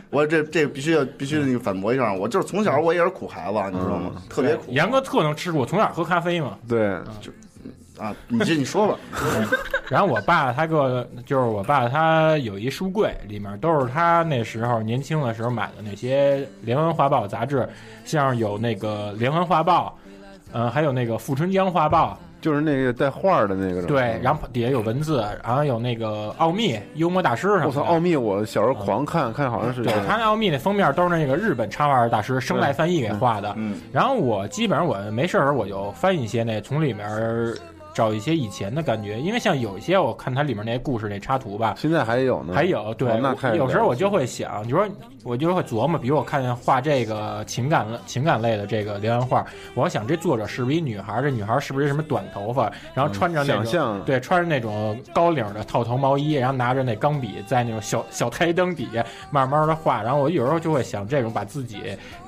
我这这必须要必须那个反驳一下，我就是从小我也是苦孩子，你知道吗？特别苦杨哥特能吃苦，从小喝咖啡嘛。对啊！你这你说吧，然后我爸他给我，就是我爸他有一书柜，里面都是他那时候年轻的时候买的那些《联合画报》杂志，像有那个《联合画报》，呃，还有那个《富春江画报就是那个带画儿的那个》。人。对，然后底下有文字，然后有那个《奥秘》《幽默大师》什么的。我操，奥秘！我小时候狂看，看好像是对他那奥秘那封面都是那个日本插画大师生代翻译给画的。嗯，然后我基本上我没事儿我就翻一些那从里面找一些以前的感觉，因为像有一些我看它里面那些故事那插图吧，现在还有呢，还有对，哦那我太有时候我就会会想，你说我就会琢磨，比如我看见画这个情感情感类的这个连环画，我要想这作者是不是一女孩儿？这女孩儿是不是什么短头发？然后穿着那嗯想种。象，对，穿着那种高领的套头毛衣，然后拿着那钢笔在那种小小台灯底下慢慢的画，然后我有时候就会想这种把自己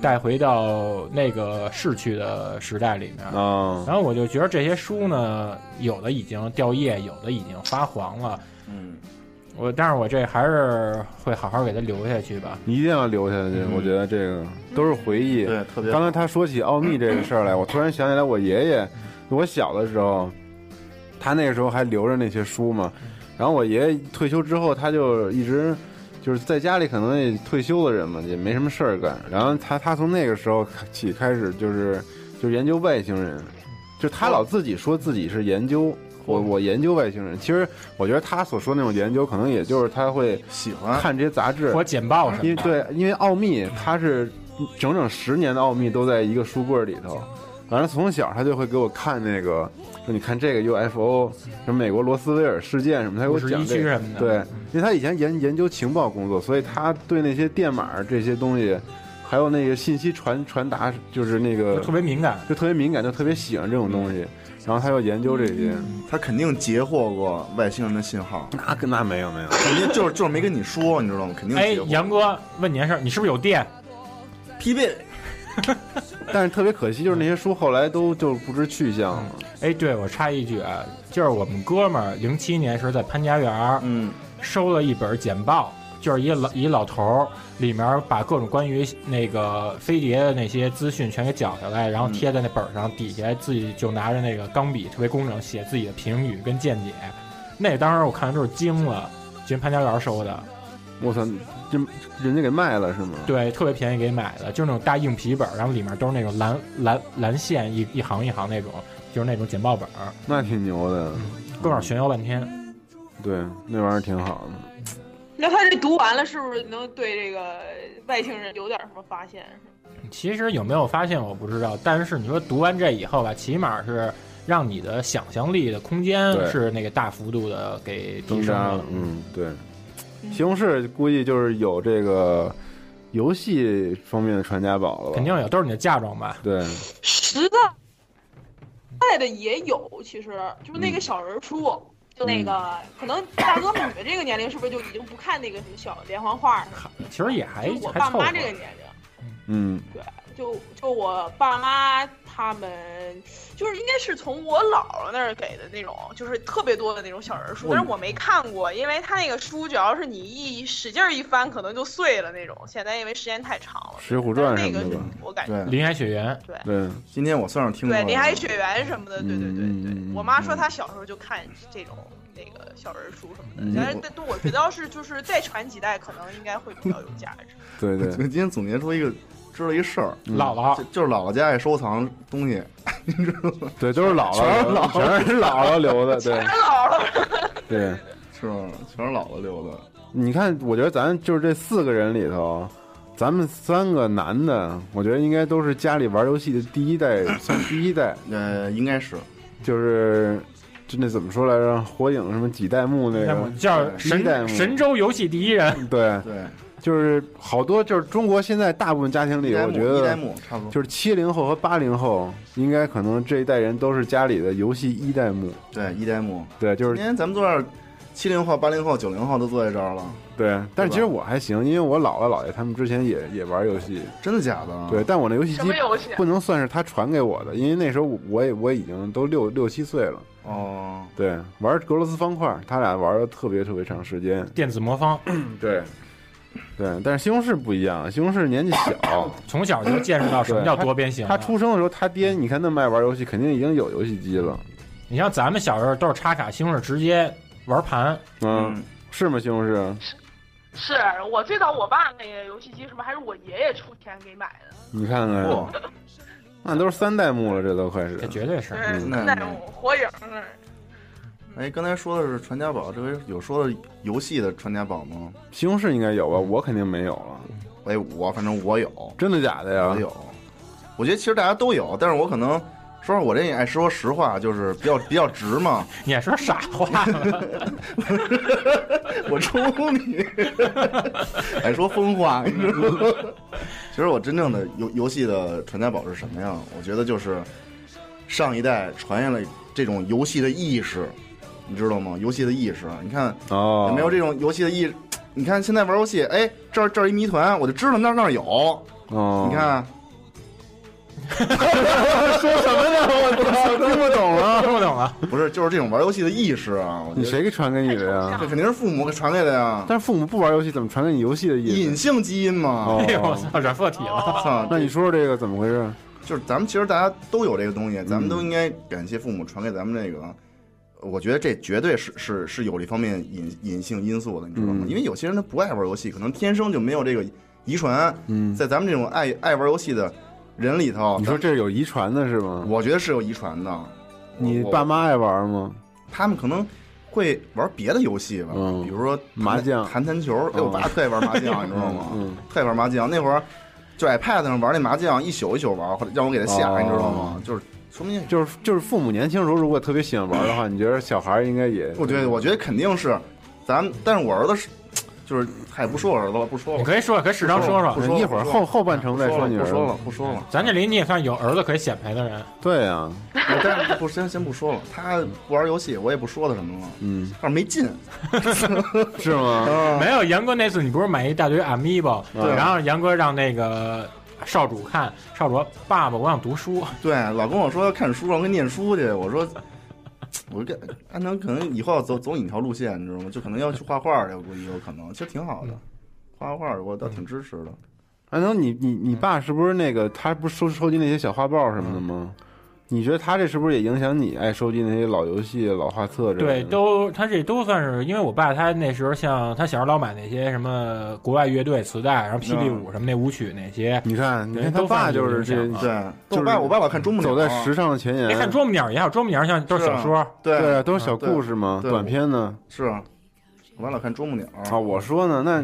带回到那个逝去的时代里面，啊，然后我就觉得这些书呢，有的已经掉页，有的已经发黄了，嗯，我，但是我这还是会好好给它留下去吧。你一定要留下去。嗯我觉得这个都是回忆。对，特别刚才他说起奥秘这个事儿来，我突然想起来，我爷爷，我小的时候，他那个时候还留着那些书嘛。然后我爷爷退休之后，他就一直就是在家里，可能也退休的人嘛，也没什么事儿干。然后他他从那个时候起开始，就是就研究外星人，就他老自己说自己是研究。我我研究外星人，其实我觉得他所说那种研究，可能也就是他会喜欢。看这些杂志，我简报什因为么的，对，因为奥秘它是整整十年的奥秘都在一个书柜里头，完了从小他就会给我看那个，说你看这个 UFO，什么美国罗斯威尔事件什么，他给我五十讲一区这个。什么的。对，因为他以前研研究情报工作，所以他对那些电码这些东西，还有那个信息传传达，就是那就个特别敏感。就特别敏感，就特别喜欢这种东西。然后他又研究这些，嗯他肯定截获过外星人的信号，那跟那没有没有，肯定就是就是没跟你说，你知道吗？肯定哎截，获。杨哥问你件事儿，你是不是有电？疲惫，但是特别可惜，就是那些书后来都就不知去向了。哎，对我插一句啊，就是我们哥们儿零七年时候在潘家园儿嗯，收了一本简报，就是一老一老头儿，里面把各种关于那个飞碟的那些资讯全给绞下来，嗯然后贴在那本儿上，底下自己就拿着那个钢笔特别工整写自己的评语跟见解。那当时我看完之后惊了，就潘家园儿收的。我操，这人家给卖了是吗？对，特别便宜给买的，就是那种大硬皮本儿，然后里面都是那种蓝蓝蓝线一一行一行那种，就是那种简报本儿。 那挺牛的，哥们儿炫耀半天，对，那玩意儿挺好的。那他这读完了，是不是能对这个外星人有点什么发现？其实有没有发现我不知道，但是你说读完这以后吧，起码是让你的想象力的空间对是那个大幅度的给提增升加了了，。嗯，对。西红柿估计就是有这个游戏方面的传家宝了吧？肯定有，都是你的嫁妆吧？对，实在在的也有，其实就是那个小人书，就那个嗯可能大哥你们这个年龄是不是就已经不看那个什么小连环画了？其实也还就我还爸凑合妈。这个年龄，嗯，对，就就我爸妈他们，就是应该是从我姥姥那儿给的那种，就是特别多的那种小人书，但是我嗯没看过，因为他那个书只要是你一使劲儿一翻，可能就碎了那种。现在因为时间太长了， 《水浒但传》是那什么的个是吧？我感觉。对，林海雪原，对，今天我算是听过对，了。林海雪原什么的，对对对对，嗯我妈说她小时候就看这种那个小人书什么的嗯，但是但但我觉得要是就是再传几代，可能应该会比较有价值。对我 对，啊今天总结出一个，知道一事儿，嗯姥姥就就是姥姥家爱收藏东西，对，都是姥姥，全是姥姥留的， 对姥姥，对。是吧？全是姥姥留的。你看，我觉得咱就是这四个人里头，咱们三个男的，我觉得应该都是家里玩游戏的第一代，算第一代。呃，应该是就是就那怎么说来着？火影什么几代目那个叫一代目神神州游戏第一人，对，对，就是好多就是中国现在大部分家庭里，一代哎我目觉一代得目差不多，就是七零后和八零后，应该可能这一代人都是家里的游戏一代目，对一代目。对，就今是天咱们坐这儿，七零后、八零后、九零后都坐在这儿了，对。但吧是其实我还行，因为我姥姥姥爷他们之前也也玩游戏，真的假的？对，，但我那游戏什机么游戏？啊不能算是他传给我的，因为那时候我也我已经都六六七岁了。哦，对，玩俄罗斯方块，他俩玩的特别特别长时间。电子魔方，对，对，但是西红柿不一样，西红柿年纪 小，从小就见识到什么叫多边形啊了。他出生的时候，他爹你看那么爱玩游戏，肯定已经有游戏机了。你像咱们小时候都是插卡西红柿直接玩盘，嗯，嗯是吗？西红柿？是我最早我爸那个游戏机什么，还是我爷爷出钱给买的。你看看，不，那都是三代目了，这都快是这。绝对是对，那那种火影嗯儿，哎，刚才说的是传家宝，这回有说的游戏的传家宝吗？西红柿应该有吧？我肯定没有了。哎，我反正我有，真的假的我呀？有。我觉得其实大家都有，但是我可能说实话，我这也爱说实话，就是比较比较直嘛。你还说傻话了？我冲你，还说疯话，你知道吗？ 其实我真正的游游戏的传家宝是什么呀？我觉得就是上一代传下来这种游戏的意识，你知道吗？游戏的意识，啊你看哦，有没有这种游戏的意？你看现在玩游戏，哎，这儿这儿一谜团，我就知道那儿那儿有，哦，你 看。啊我听不懂了。听不懂啊哦 了？不是，就是这种玩游戏的意识啊！我你觉得谁给传给你的呀？这肯定是父母给传给的呀，但是父母不玩游戏，怎么传给你游戏的意思？隐性基因嘛。哦哎呦我操，软破体啊了！操、那你说说这个怎么回事？就是咱们其实大家都有这个东西，咱们都应该感谢父母传给咱们这个。我觉得这绝对是是是有这方面隐隐性因素的，你知道吗？嗯因为有些人他不爱玩游戏，可能天生就没有这个遗传。嗯，在咱们这种爱爱玩游戏的人里头，你说这是有遗传的是吗？我觉得是有遗传的。你我爸妈爱玩吗？他们可能会玩别的游戏吧，嗯比如说麻将弹弹球。哎，我爸特爱玩麻将，你知道吗？嗯，特爱玩麻将。那会儿就 iPad 上玩那麻将，一宿一宿玩，后来让我给他下，哦你知道吗？就是说明就是就是父母年轻时候如果特别喜欢玩的话，你觉得小孩应该也？我觉得，我觉得肯定是，咱们但是我儿子是，就是他也不说我儿子了，不说你了，可以说，可以适当说不说。说了一会儿不说了后后半程再不说你了，儿不子说了，不说了。 咱这里你也算有儿子可以显摆的人，对啊呀，我哎但是不先先不说了，他不玩游戏，我也不说他什么了，嗯，但是没劲。是吗？啊，没有杨哥那次你不是买一大堆 Amiibo，哦对然后杨哥让那个少主看，少主说爸爸我想读书，对，老跟我说要看书，让我跟念书去。我说，我跟安能可能以后要走走你条路线，你知道吗？就可能要去画画去，我估计有可能，其实挺好的。画画我倒挺支持的，安东，你你你爸是不是那个他不是收收集那些小画报什么的吗？你觉得他这是不是也影响你爱收集那些老游戏、老画册之类对，的？都他这都算是，因为我爸他那时候像他小时候老买那些什么国外乐队磁带，然后嗯霹雳舞什么那舞曲那些，你看，你对看他都爸犯这就种是影响对。这就是我爸我爸老看中不走了在啊时尚的前你看沿，啄木鸟也好，啄木鸟像都是小说，对嗯对啊，都是小啊对故事嘛，对短片呢。是啊，我爸老看啄木鸟啊，我说呢，那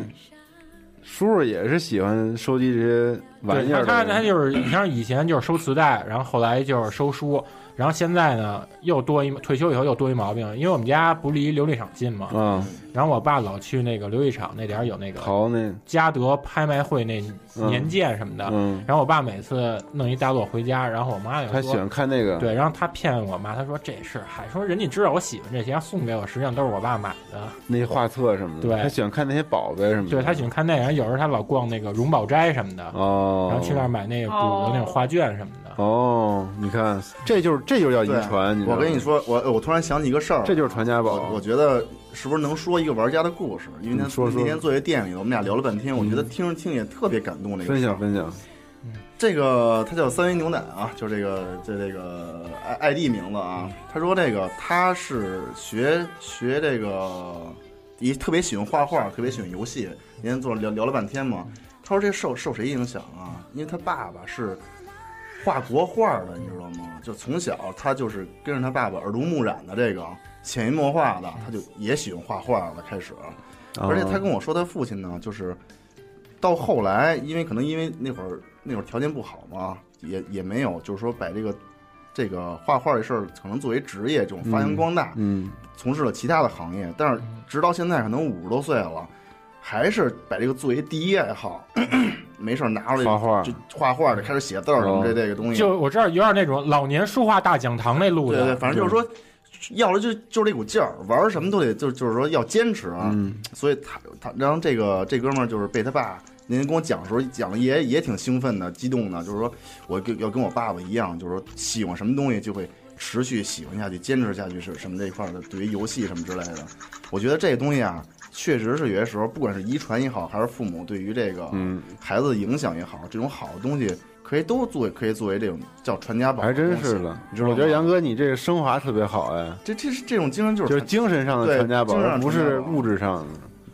叔叔也是喜欢收集这些玩对意儿他的他人他就是你像以前就是收磁带，然后后来就是收书，然后现在呢又多一退休以后又多一毛病，因为我们家不离琉璃厂近嘛，啊，然后我爸老去那个琉璃厂那点儿有那个淘那嘉德拍卖会那年鉴什么的，嗯，然后我爸每次弄一大摞回家，然后我妈就他喜说。欢看那个，对，然后他骗我妈，他说这事儿，还说人家知道我喜欢这些，送给我，实际上都是我爸买的。那些画册什么的，对他喜欢看那些宝贝什么的，对他喜欢看电影，有时候他老逛那个荣宝斋什么的，哦，然后去那儿买那个古的那种画卷什么的。哦，你看，这就是这就叫遗对传，知道我吗跟你，说，我我突然想起一个事儿，这就是传家我宝我，觉得是不是能说一个玩家的故事？因为他嗯说说嗯那天坐在店里，我们俩聊了半天，我觉得听着听着也特别感动。这个分事儿享分享，这个他叫三维牛奶啊，就这个这这个 I ID 名字啊。他说这个他是学学这个，也特别喜欢画画，特别喜欢游戏。那天坐着聊聊了半天嘛，他说这受受谁影响啊？因为他爸爸是画国画的，你知道吗？就从小他就是跟着他爸爸耳濡目染的这个潜移默化的，他就也喜欢画画了开始。啊哦而且啊他跟我说，他父亲呢，就是到后来，因为可能因为那会儿那会儿条件不好嘛，也也没有就是说把这个这个画画这事儿可能作为职业这种发扬光大，嗯，从事了其他的行业，但是直到现在可能五十多岁了，还是把这个作为第一爱好， 没事儿拿出来画画就画画的，开始写字儿什么这哦这个东西，就我知道有点那种老年书画大讲堂那路对子，对，反正就是说。要了就就是这股劲儿，玩什么都得就就是说要坚持啊。嗯所以他他然后这个这哥们儿就是被他爸，您跟我讲的时候讲的也也挺兴奋的、激动的，就是说我跟要跟我爸爸一样，就是说喜欢什么东西就会持续喜欢下去、坚持下去是什么这一块儿的，对于游戏什么之类的，我觉得这个东西啊，确实是有些时候不管是遗传也好，还是父母对于这个嗯，孩子的影响也好，这种好的东西可以都作为可以作为这种叫传家宝，还真是的。你知道我吗觉得杨哥你这个升华特别好哎，这这是这种精神就是就是传精神上的对传家宝，精神而上不传是家宝物质上的。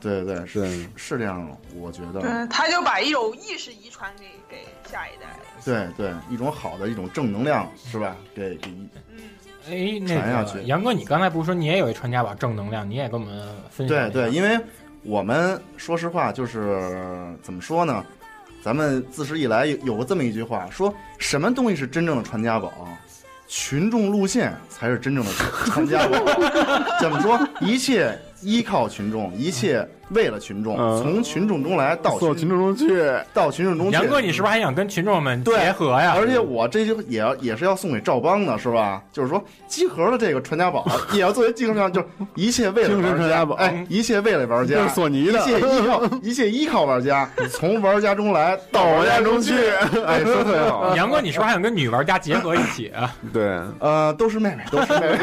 对对是对是这样的，我觉得。嗯，他就把一种意识遗传给给下一代。对对，一种好的一种正能量是吧？给给一嗯，哎，传那下个去杨哥，你刚才不是说你也有一传家宝正能量，你也跟我们分享对一下对，因为我们说实话就是怎么说呢？咱们自始以来有有过这么一句话，说什么东西是真正的传家宝？群众路线才是真正的传家 宝。怎么说？一切依靠群众，一切为了群众，嗯从群众中来到做群众中去，到群众中去。杨哥，你是不是还想跟群众们对结合呀？而且我这就也要也是要送给赵邦的，是吧？就是说集合的这个传家宝也要作为精神上，就是一切为了精神玩传家家宝哎，一切为了玩这家是，索尼一的，切依靠，一切依靠玩家，从玩家中 来到玩家中去。哎，说得特别 好，杨哥，你是不是还想跟女玩家结合一起 啊？ 对。呃，都是妹妹，都是妹妹，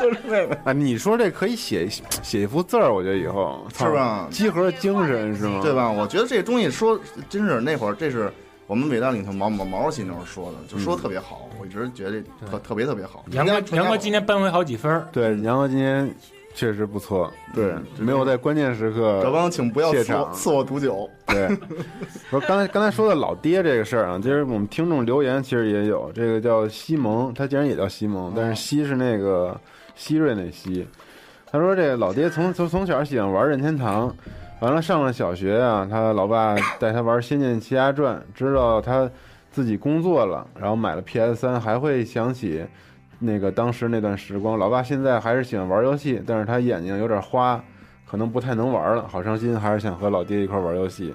都是妹妹。啊，你说这可以写写一幅字儿，我觉得以后是吧集合精神是吗？对吧？我觉得这东西说真是那会儿，这是我们伟大领袖毛毛毛主席那会儿说的，就说得特别好，嗯我一直觉得这特特别特别好。杨哥传，家杨哥宝今天扳回好几分儿，对，杨哥今天确实不错，对，没有在关键时赵刻。邦，请不要谢赐我场赐我毒酒。 对，不是刚才刚才说的老爹这个事儿啊，就是我们听众留言其实也有，这个叫西蒙，他竟然也叫西蒙，但是西是那个希瑞那西。他说这个老爹从从从小喜欢玩任天堂，完了上了小学啊，他老爸带他玩《仙剑奇侠传》，知道他自己工作了，然后买了 PS 三，还会想起那个当时那段时光。老爸现在还是喜欢玩游戏，但是他眼睛有点花，可能不太能玩了，好伤心，还是想和老爹一块玩游戏。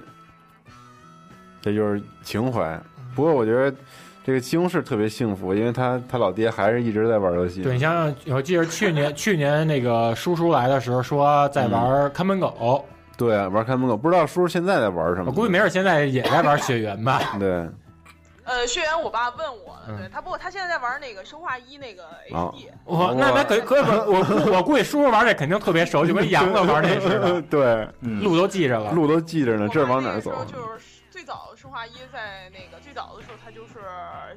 这就是情怀。不过我觉得这个西红柿特别幸福，因为他他老爹还是一直在玩游戏。对，你想想，我记得去年去年那个叔叔来的时候说嗯在玩看门狗，对，玩看门狗，不知道叔叔现在在玩什么。啊我估计没准现在也在玩雪原 吧。对，呃，血缘我爸问我了，对嗯他不过他现在在玩那个生化一那个哦 HD，我那那可可不，我估我估计叔叔玩这肯定特别熟，就跟杨哥玩那似的， 对，嗯路都记着了。路都记着呢，这往哪儿走啊我？妈那个时候就是最早生化一在那个最早的时候，他就是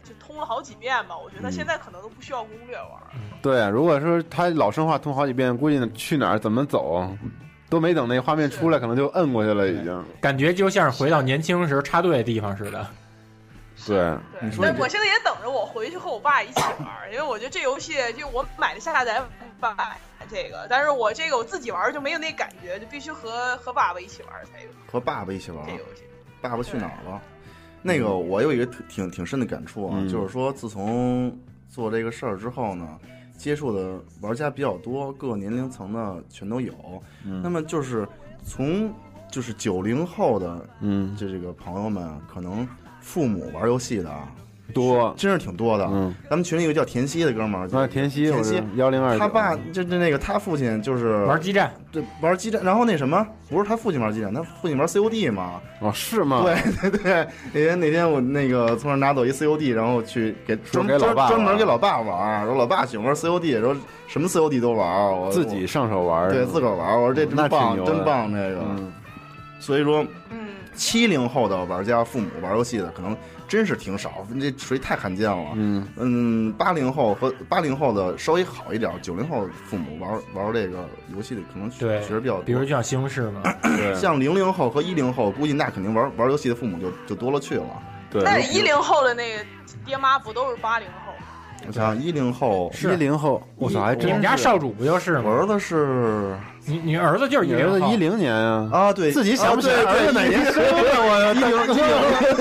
就通了好几遍吧。我觉得嗯他现在可能都不需要攻略玩。对，如果说他老生化通好几遍，估计去哪儿怎么走，都没等那画面出来，可能就摁过去了，已经。感觉就像是回到年轻时插队的地方似的。是对，对，你说但你这我现在也等着我回去和我爸一起玩，因为我觉得这游戏就我买了下载版这个，但是我这个我自己玩就没有那感觉，就必须和和爸爸一起玩才有和爸爸一起玩哎这儿，游戏。嗯爸爸去哪儿了？那个我有一个挺挺挺深的感触啊，嗯就是说自从做这个事儿之后呢，接触的玩家比较多，各个年龄层的全都有。那么就是从就是九零后的嗯，这这个朋友们啊，可能父母玩游戏的啊，多，真是挺多的。嗯，哎咱们群里有个叫田西的哥们儿，那田西，田我是西幺零二，他爸就就那个他父亲就是玩基站，对玩激战，然后那什么不是他父亲玩激战，他父亲玩 COD 嘛。哦，是吗？对对 对，那天那天我那个从那儿拿走一 COD，然后去给说专给老专爸专门玩给老爸玩儿，说老爸喜欢玩 COD，说什么 COD 都玩儿，我自己上手玩我儿，嗯对自个儿玩儿，我说这真那挺棒牛，的真棒这个。嗯，所以说，嗯，七零后的玩家父母玩游戏的可能真是挺少，这属于太罕见了。嗯嗯，八零后和八零后的稍微好一点儿，九零后父母玩儿玩儿这个游戏的可能对确实比较多。比如就像西红柿嘛，对像零零后和一零后，估计那肯定玩儿玩儿游戏的父母就就多了去了。对，但是一零后的那个爹妈不都是八零后吗？ 我想一零后，一零后，我操，还你们真家是少主不就是我吗？儿子是你你儿子就是一你儿子零后一零年啊，啊，对，自己想不起来啊对儿子哪年生 的，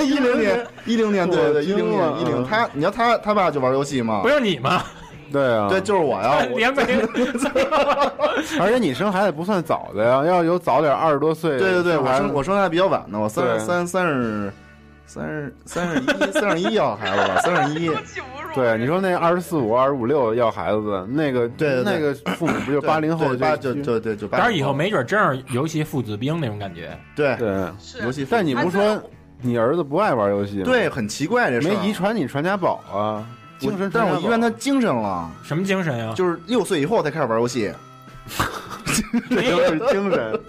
一 零年，一零年，对对，一零我年，一惊了嗯零。他，你知道他他爸就玩游戏吗不？是你吗？ 我对啊，对，就是我呀。我连没 而且你生孩子也不算早的呀， 要有早点二十多岁，对对对，我还生我生的还比较晚呢，我三对十三三十三十三十一三十一要孩子吧，三十一。不起侮辱。对啊你说那二十四五、二十五六要孩子的那个，对对对那个父母 不就八零后对八就就就对就八零但后。是以后没准真是游戏父子兵那种感觉。对对。是啊游戏父，但你不说你儿子不爱玩游戏吗？对很奇怪这事没儿遗传你传家宝啊，精神我传家但宝。是我遗传他精神了，什么精神啊呀、就是六岁以后才开始玩游戏，都是 精神，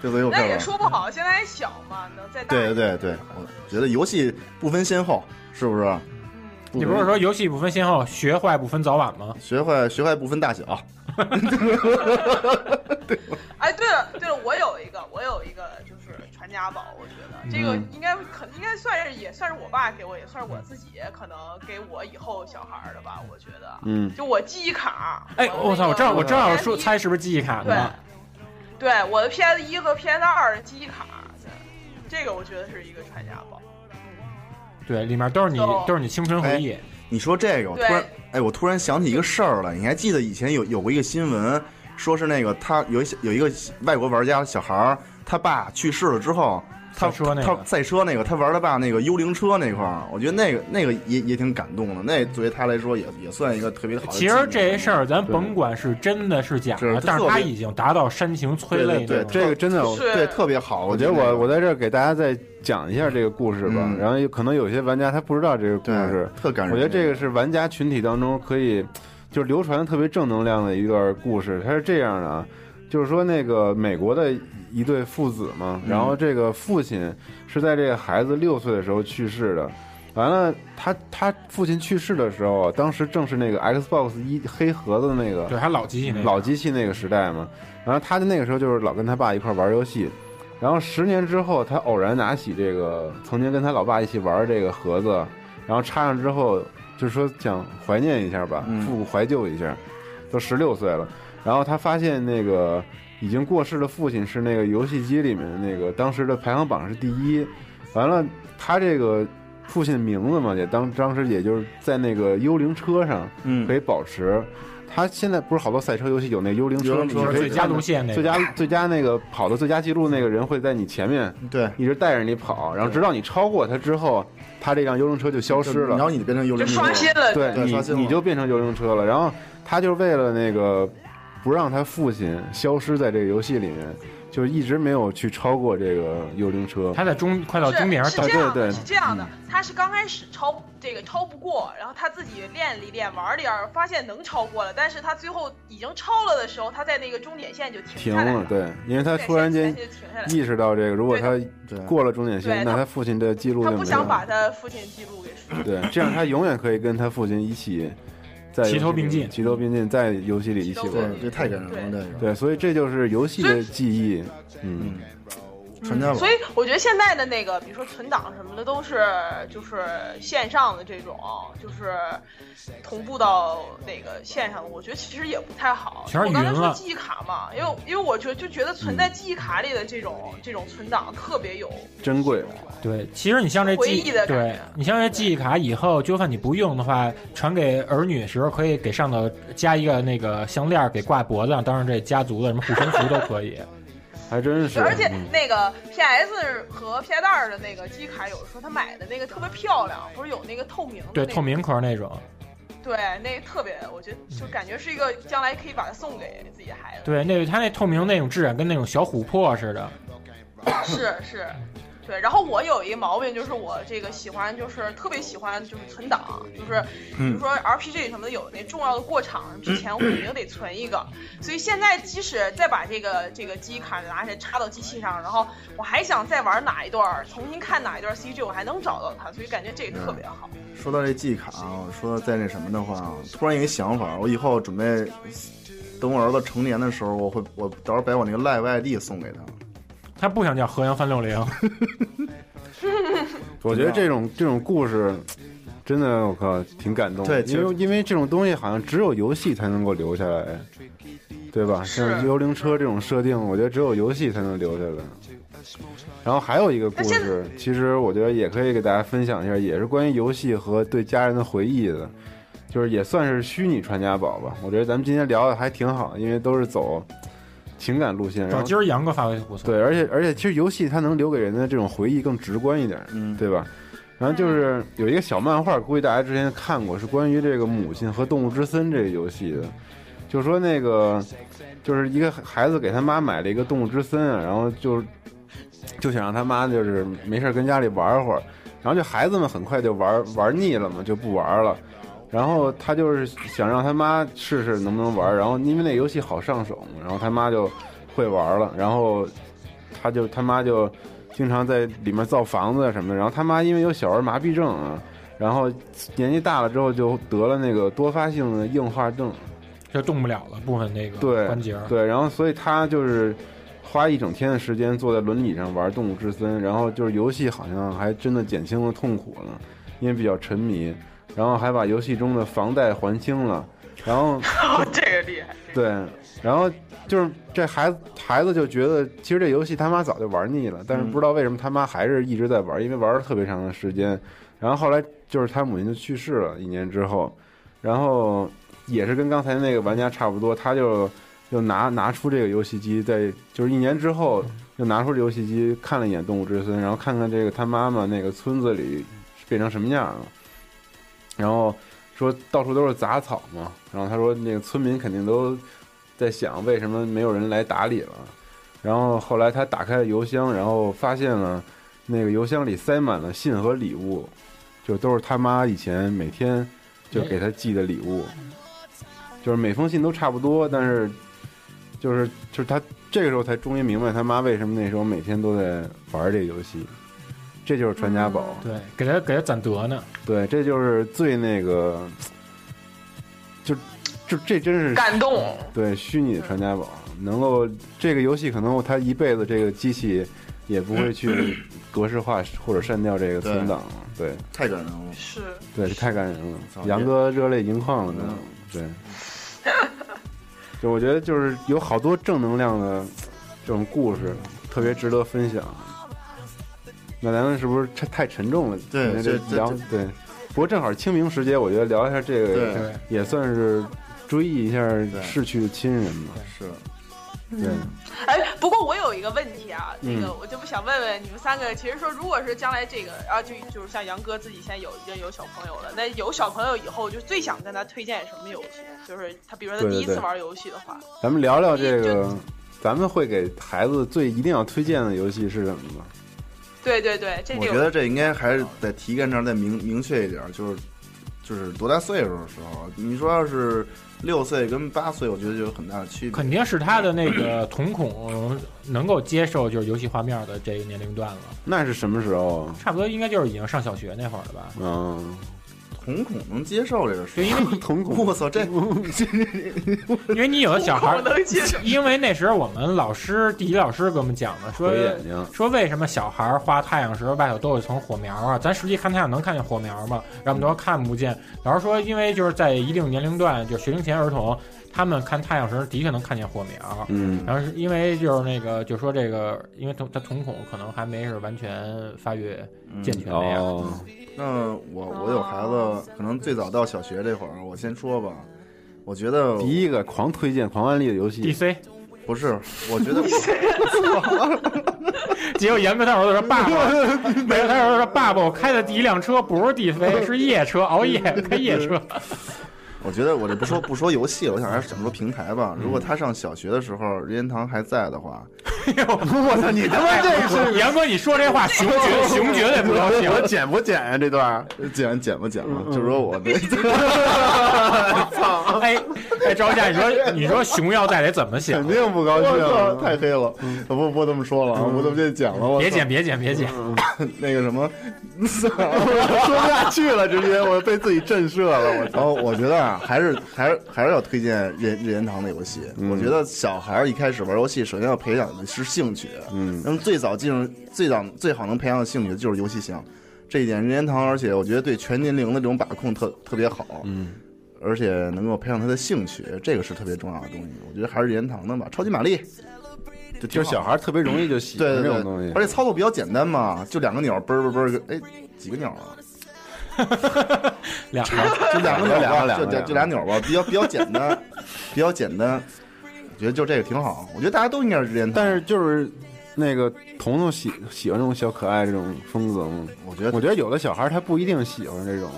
六岁以后那开始也玩。说不好，现在还小嘛，能再大。对对对，我觉得游戏不分先后，是不是？嗯，你不是说游戏不分先后，学坏不分早晚吗？学坏学坏不分大小？哎，对了对了，我有一个，我有一个就是传家宝，我觉得这嗯个应该可应该算是也算是我爸给我，也算是我自己可能给我以后小孩儿的吧，我觉得。嗯，就我记忆卡，哎，我哦操！我正我正要说 PS1 猜是不是记忆卡对呢？，对，我的 PS 一和 PS 二的记忆卡，对，这个我觉得是一个传家宝。对，里面都是你哦都是你青春回忆。你说这个，我突对然，哎，我突然想起一个事儿来。你还记得以前有有过一个新闻，说是那个他有一些有一个外国玩家小孩儿，他爸去世了之后，他赛车那个他赛车那个，他玩他爸那个幽灵车那块儿，我觉得那个那个也也挺感动的。那作为他来说也，也算一个特别好的记忆。其实这事儿咱甭管是真的是假是的，但是他特别已经达到煽情催泪对对对那种。这个真的，我是对特别好，我觉觉得我我我在这儿给大家再讲一下这个故事吧。嗯然后有可能有些玩家他不知道这个故对事，特感人。我觉得这个是玩家群体当中可以就是流传特别正能量的一段故事。它是这样的啊，就是说那个美国的一对父子嘛，嗯然后这个父亲是在这个孩子六岁的时候去世的。完了，他他父亲去世的时候，啊当时正是那个 Xbox 一黑盒子的那个对，还老机器那个老机器那个时代嘛。然后他就那个时候就是老跟他爸一块儿玩游戏，然后十年之后他偶然拿起这个曾经跟他老爸一起玩儿这个盒子，然后插上之后就是说想怀念一下吧，嗯父怀旧一下，都十六岁了，然后他发现那个已经过世的父亲是那个游戏机里面的那个当时的排行榜是第一，完了他这个。父亲名字嘛，也当当时也就是在那个幽灵车上，嗯可以保持。它现在不是好多赛车游戏有那幽灵幽车，灵你车可以最佳看路线那最个。佳最佳那个跑的最佳记录那个人会在你前面对一直带着你跑，然后直到你超过他之后，他这辆幽灵车就消失就然了，后嗯你变成幽灵就车刷新了，对对你刷新了你就变成幽灵车了。然后他就为了那个不让他父亲消失在这个游戏里面，就一直没有去超过这个幽灵车。他在终快到是终点是等嗯这样对对的，是这样的，他是刚开始超这个超不过，然后他自己练了一练，玩了一下，发现能超过了，但是他最后已经超了的时候，他在那个终点线就停停下来了，，对，因为他他突然间就停下来了，意识到这个，如果他对过了终点线，对那他他父亲的记录就他没有不了。想把他父亲记录给输。对，这样他永远可以跟他父亲一起在游戏里齐头并进齐头并进，在游戏里一起玩对。，这太感人了，这个对，所以这就是游戏的记忆。嗯，传嗯家宝所以我觉得现在的那个，比如说存档什么的，都是就是线上的这种，就是同步到那个线上的，我觉得其实也不太好。全是我刚才云说了记忆卡嘛，因为因为我觉得就觉得存在记忆卡里的这种、这种存档特别有嗯珍贵。对，其实你像这回记忆的，感觉对你像这记忆卡，以后就算你不用的话，传给儿女的时候，可以给上头加一个那个项链儿给挂脖子上，当然这家族的什么护身符都可 以。还真是。而且嗯那个 PS 和 PS 二的那个机卡，有时候他买的那个特别漂亮，不是有那个透明的、那对，个、透明壳那种。对，那个特别，我觉得就感觉是一个将来可以把它送给自己的孩子。对，那个它那透明那种质感跟那种小琥珀似的。是是，对。然后我有一个毛病，就是我这个喜欢，就是特别喜欢就是存档，就是比如说 RPG 什么的，有那重要的过场之前，我肯定得存一个。所以现在即使再把这个这个记忆卡拿起来插到机器上，然后我还想再玩哪一段儿，重新看哪一段 CG，我还能找到它，所以感觉这个特别好。 说到这记忆卡啊，我说在那什么的话，突然有一想法，我以后准备等我儿子成年的时候，我会我到时候把我那个 Live ID 送给他。他不想叫河阳三六零，我觉得这种这种故事，真的，我靠，挺感动的。对其因实为因为这种东西好像只有游戏才能够留下来，对吧？是像幽灵车这种设定，我觉得只有游戏才能留下来。然后还有一个故那现事，其实我觉得也可以给大家分享一下，也是关于游戏和对家人的回忆的，就是也算是虚拟传家宝吧。我觉得咱们今天聊的还挺好，因为都是走情感路线。然找后今儿杨哥发微博，对，而且而且其实游戏它能留给人的这种回忆更直观一点，嗯对吧？然后就是有一个小漫画，估计大家之前看过，是关于这个母亲和动物之森这个游戏的，就是说那个就是一个孩子给他妈买了一个动物之森啊，然后就就想让他妈就是没事儿跟家里玩会儿，然后就孩子们很快就玩玩腻了嘛，就不玩了。然后他就是想让他妈试试能不能玩，然后因为那游戏好上手嘛，然后他妈就会玩了，然后他就他妈就经常在里面造房子什么的，然后他妈因为有小儿麻痹症啊，然后年纪大了之后就得了那个多发性的硬化症，就动不了了部分那个对关节儿，对，然后所以他就是花一整天的时间坐在轮椅上玩《动物之森》，然后就是游戏好像还真的减轻了痛苦呢，因为比较沉迷，然后还把游戏中的房贷还清了，然后。这个厉害，对，然后就是这孩子孩子就觉得，其实这游戏他妈早就玩腻了，但是不知道为什么他妈还是一直在玩，因为玩了特别长的时间。然后后来就是他母亲就去世了，一年之后，然后也是跟刚才那个玩家差不多，他就又拿拿出这个游戏机，在就是一年之后又拿出这游戏机看了一眼《动物之森》，然后看看这个他妈妈那个村子里变成什么样了，然后说到处都是杂草嘛，然后他说那个村民肯定都在想为什么没有人来打理了，然后后来他打开了邮箱，然后发现了那个邮箱里塞满了信和礼物，就都是他妈以前每天就给他寄的礼物，就是每封信都差不多，但是就是就是他这个时候才终于明白他妈为什么那时候每天都在玩这个游戏，这就是传家宝。对，给他给他攒德呢，对，这就是最那个，就就这真是感动。对虚拟的传家宝，能够这个游戏可能它一辈子这个机器也不会去格式化或者删掉这个存档，对太感人了。是，对，这太感人了操，杨哥热泪盈眶了嗯呢，对， 就我觉得就是有好多正能量的这种故事，特别值得分享。那咱们是不是太太沉重了？对那这这聊这对。不过正好清明时节，我觉得聊一下这个对对，也算是追忆一下逝去的亲人嘛。是，对， 哎，不过我有一个问题啊，那嗯个我就不想问问你们三个，其实说如果是将来这个，啊，就就是像杨哥自己现在有已经有小朋友了，那有小朋友以后，就最想跟他推荐什么游戏？就是他，比如说他对对第一次对玩游戏的话，咱们聊聊这你个，咱们会给孩子最一定要推荐的游戏是什么吧？对对对，这我就觉得这应该还是在体感上再明明确一点，就是就是多大岁数的时候，你说要是六岁跟八岁，我觉得就有很大的区别。肯定是他的那个瞳孔能够接受就是游戏画面的这个年龄段了，那是什么时候啊？差不多应该就是已经上小学那会儿了吧？嗯，瞳孔能接受这个事对，因为你瞳 孔我操，这因为你有的小孩 我儿，能接受。因为那时候我们老师地理老师给我们讲的说和。眼睛，说为什么小孩儿画太阳时候外头都有一层火苗啊？咱实际看太阳能看见火苗吗？然后我们都说看不见。老师说，因为就是在一定年龄段，就是学龄前儿童，他们看太阳时的确能看见火苗。嗯然后是因为就是那个，就说这个，因为他他瞳孔可能还没是完全发育健全那样，哦，那我我有孩子，可能最早到小学这会儿，我先说吧。我觉得第一个狂推荐、狂安利的游戏 DC，不是，我觉得 结果严哥他儿子说：“ 爸爸，没有他儿子说爸爸，我开的第一辆车不是 DC，是夜车，熬夜开夜车。我觉得我这不说不说游戏，我想还是想说平台吧。如果嗯他上小学的时候，任天堂还在的话，我操，你他妈这是严哥，你说这 话，熊绝熊绝对不高兴。我剪不剪呀、这段呃嗯剪剪吧剪吧，就是说我这哎哎，赵夏，你 说你说熊要在得怎么 想肯？定不高兴我操，太黑了，我不不这么说了嗯啊，我怎么就讲了？我别操剪，别剪，别剪！那个什么， 说不下去了，直接我被自己震慑了。我然后我觉得啊，还是还是还是要推荐任任天堂的游戏。我觉得小孩儿一开始玩游戏，首先要培养的是兴趣。嗯，那么最早进入最早最好能培养的兴趣就是游戏性。这一点任天堂，而且我觉得对全年龄的这种把控特特别好，嗯，而且能够培养他的兴趣，这个是特别重要的东西。我觉得还是任天堂的吧，超级玛丽就挺就好是小孩儿特别容易就喜欢对这对种东西对，而。且操作比较简单嘛，就两个钮儿，嘣儿嘣儿嘣儿，哎，几个钮儿啊？两个嗯就两个钮两儿吧，个两个就就就俩钮儿吧，比较比较简单， 比较简单。我觉得就这个挺好，我觉得大家都应该是任天堂，但是就是那个彤彤喜喜欢这种小可爱这种风格吗？我觉得我觉得有的小孩儿他不一定喜欢这种，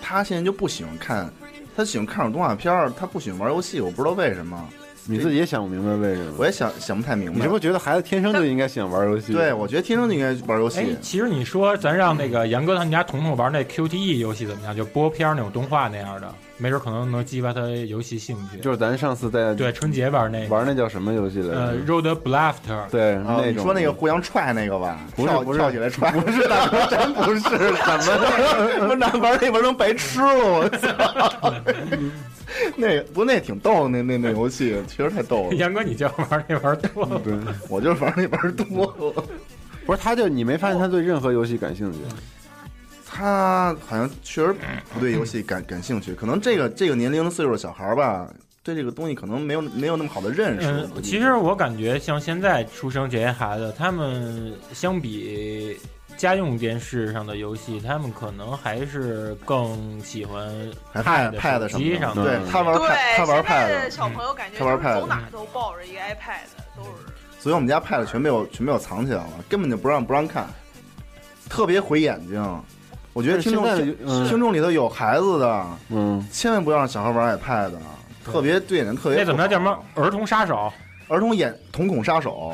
他现在就不喜欢看，他喜欢看种动画片儿，他不喜欢玩游戏，我不知道为什么，你自己也想不明白为什么。我也想想不太明白。你是不是觉得孩子天生就应该喜欢玩游戏？对，我觉得天生就应该玩游哎戏，。其实你说咱让那个杨哥他们家彤彤玩那 QTE 游戏怎么样？就播片儿那种动画那样的，没准可能能激发他游戏兴趣。就是咱上次在对春节玩那个，玩嗯那叫什么游戏来呃着？ ，Road Blaster，对，啊，那你种说那个互相踹那个吧，不是跳不是跳起来踹，不是大 哥，真不是，怎么那玩那玩成白痴了，我操！那个不过那也挺逗，那那那游戏确实太逗了， 杨哥你就玩那玩多了。对，我就是玩那玩多了。不是他就你没发现他对任何游戏感兴趣？他好像确实不对游戏感感兴趣，可能这个这个年龄的岁数的小孩儿吧，对这个东西可能没有没有那么好的认识。嗯，其实我感觉像现在出生这些孩子，他们相比家用电视上的游戏，他们可能还是更喜欢还 pad pad pad 手什机么上的，的对他玩 pad 对，他玩现在 pad，的小朋友感觉他玩就是 pad 走哪都抱着一个 iPad，都是。所以我们家 pad 全被我全被我藏起来了，根本就不让不让看，特别毁眼睛。我觉得听现众在的听嗯听众里头有孩子的，嗯，千万不要让小孩玩 iPad，特啊别对眼睛特别那怎不么着好叫什么儿童杀手？儿童眼瞳孔杀手，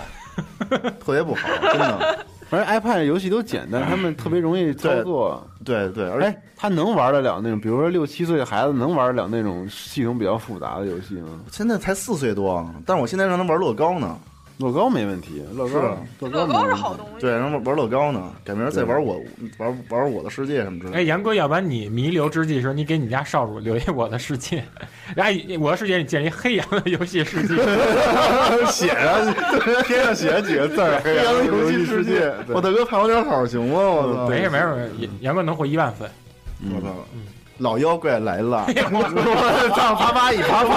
特别不好，真的。而且 iPad 游戏都简单，他们特别容易操作。对对，而且哎，他能玩得了那种，比如说六七岁的孩子能玩得了那种系统比较复杂的游戏吗？现在才四岁多，啊但是我现在让他玩乐高呢，乐高没问题，乐是啊高乐乐没问高题是好东西，嗯对，让他玩乐高呢，改明儿再玩我玩玩我的世界什么之类哎，的。杨哥，要不然你弥留之际的时候，你给你家少主留一我的世界，然后我的世界里建一黑羊的游戏世 界， 写 上贴上写几个字儿，黑羊游游戏戏世世界界。哎我大哥盼我点好行吗？我操！没事没事，杨杨哥能获一万分。我操嗯！老妖怪来了！我操，啪啪一啪啪！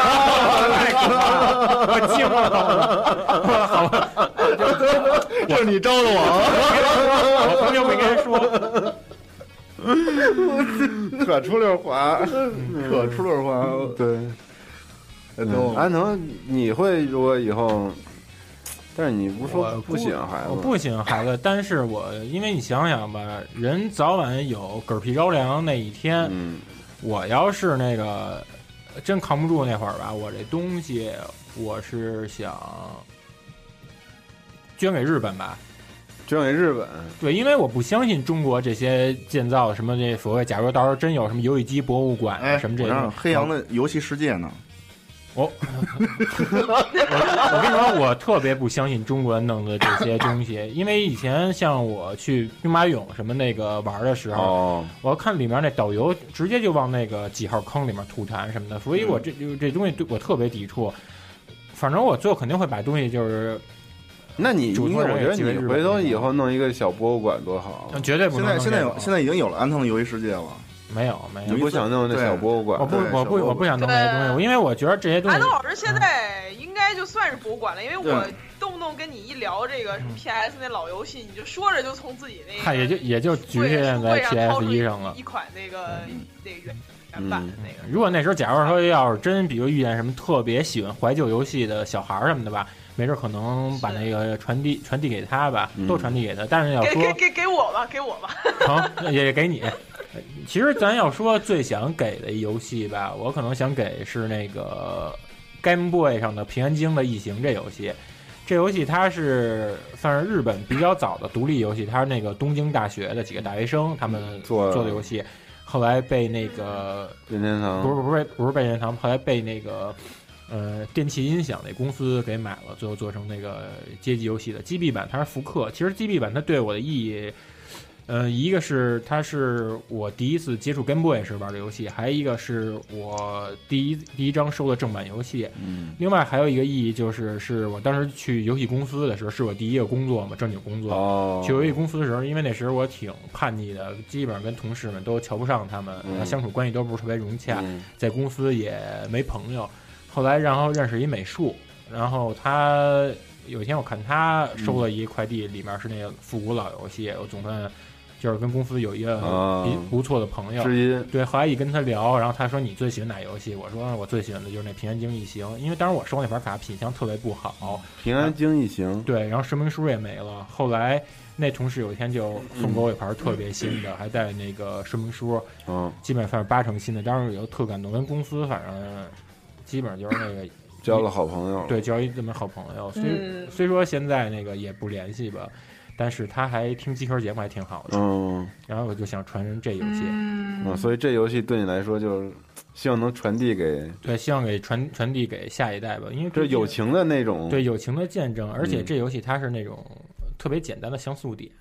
太可怕了，我惊了，这是你招的我，我从就不应该说。可出溜 滑，可出溜滑。对，哎等嗯我安藤，你会如果以后，但是你不是说我不喜欢孩子我吗？不喜欢孩子，但是我因为你想想吧，人早晚有嗝屁着凉那一天。嗯，我要是那个真扛不住那会儿吧，我这东西我是想捐给日本吧。捐给日本，对，因为我不相信中国这些建造什么这所谓，假如到时候真有什么游戏机博物馆啊哎，什么这我种，让黑羊的游戏世界呢？我跟你说，我特别不相信中国弄的这些东西，因为以前像我去兵马俑什么那个玩的时候，哦，我看里面那导游直接就往那个几号坑里面吐痰什么的，所以我这就这东西对我特别抵触。反正我最后肯定会把东西就是那你主应托该，人我觉得也你进日回本嗯头那以种后弄一个小博物馆多好。绝对不现能在弄现在这啊有种现在已经有了安藤的游戏世界了。没有没你有，不想弄那对小博物馆我？不对我不小我不想弄这些东西，对因为我觉得这些东西安东老师嗯现在应该就算是博物馆了，因为我动不动跟你一聊这个什么 PS 那老游戏，你就说着就从自己那个嗯嗨，也就也就书局柜限书柜在上掏 PS 出一上了嗯一。款那个那个原原版的那个。如果那时候假如说要是真比如遇见什么特别喜欢怀旧游戏的小孩儿什么的吧，没准可能把那个传递传递给他吧，嗯都传递给他。但是要给给说给给我吧，给我吧！ 成也给你。其实咱要说最想给的游戏吧，我可能想给是那个 Game Boy 上的《平安京的异形》这游戏。这游戏它是算是日本比较早的独立游戏，它是那个东京大学的几个大学生他们做做的游戏，后来被那个任天堂不是不是不是被任天堂，后来被那个呃电器音响那公司给买了，最后做成那个街机游戏的 GB 版，它是复刻。其实 GB 版它对我的意义呃，一个是它是我第一次接触 Game Boy 是玩的游戏，还有一个是我第一第一张收的正版游戏。嗯，另外还有一个意义就是，是我当时去游戏公司的时候，是我第一个工作嘛，正经工作。哦去游戏公司的时候，因为那时候我挺叛逆的，基本上跟同事们都瞧不上他们，嗯然后相处关系都不是特别融洽，嗯在公司也没朋友。后来，然后认识一美术，然后他有一天我看他收了一快递，里面是那个复古老游戏，我总算就是跟公司有一个啊比不错的朋友。知音对，后来一跟他聊，然后他说你最喜欢哪游戏？我说我最喜欢的就是那《平安京一行》，因为当时我收那盘卡品相特别不好，平安京一行，对，然后说明书也没了。后来那同事有一天就送给我一盘特别新的，还带那个说明书，嗯，基本算是八成新的。当时我就特感动，跟公司反正基本就是那个交了好朋友，，对交一这么好朋友，虽、嗯虽说现在那个也不联系吧，但是他还听机科节目还挺好的。嗯然后我就想传人这游戏，嗯，所以这游戏对你来说就是希望能传递给对，希望给传传递给下一代吧，因为这这是友情的那种，对友情的见证，而且嗯这游戏它是那种特别简单的像素点。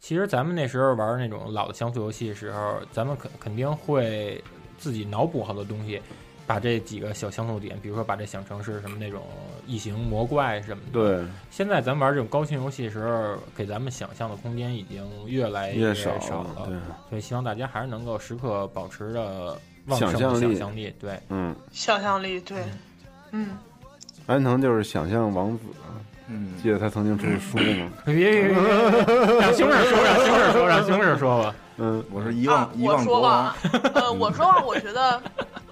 其实咱们那时候玩那种老的像素游戏的时候，咱们肯肯定会自己脑补好多东西，把这几个小像素点，比如说把这想成是什么那种异形魔怪什么的。，对，现在咱玩这种高清游戏的时候，给咱们想象的空间已经越来越少少了。对，所以希望大家还是能够时刻保持着旺盛的想象力想象力对。 嗯，想象力对，嗯，安藤就是想象王子，嗯，记得他曾经出的书吗？别别别，让熊婶说，让熊婶说，让熊婶说吧。嗯，我是遗啊忘，遗我忘说国王吧，，呃，我说吧，我觉得，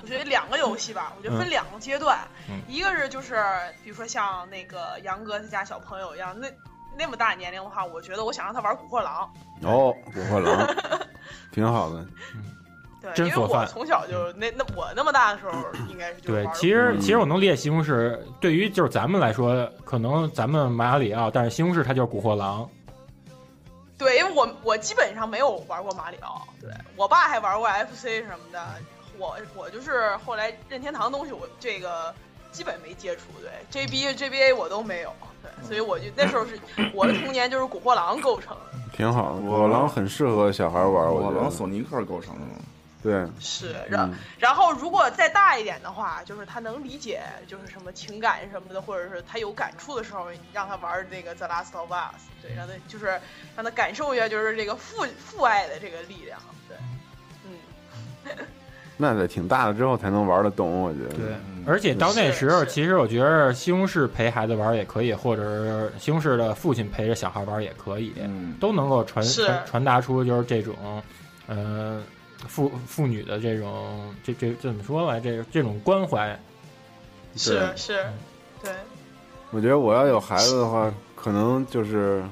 我觉得两个游戏吧，我觉得分两个阶段，嗯一个是就是比如说像那个杨哥他家小朋友一样，那那么大年龄的话，我觉得我想让他玩《古惑狼哦，古惑狼，挺好的，》，对，真因为所我犯从小就那那我那么大的时候，应该是就对玩，其实其实我能理解西红柿，对于就是咱们来说，可能咱们马里奥，但是西红柿他就是古惑狼，对，因为我我基本上没有玩过马里奥，对我爸还玩过 FC 什么的，我我就是后来任天堂东西我这个基本没接触，对 JB JBA 我都没有，对，所以我就那时候是我的童年就是古惑狼构成的，挺好的。古惑狼很适合小孩玩，我我觉王得。索尼克构成的嘛，对，嗯是，然、然后如果再大一点的话，就是他能理解就是什么情感什么的，或者是他有感触的时候，你让他玩那个 The Last of Us，对，让他就是让他感受一下就是这个父父爱的这个力量，对，嗯。那得挺大了之后才能玩得懂，我觉得。对，而且到那时候，是是其实我觉得西红柿陪孩子玩也可以，或者是西红柿的父亲陪着小孩玩也可以，嗯，都能够传是传传达出就是这种，呃，父父女的这种这这这怎么说来，这这种关怀，是是，对，我觉得我要有孩子的话，可能就是。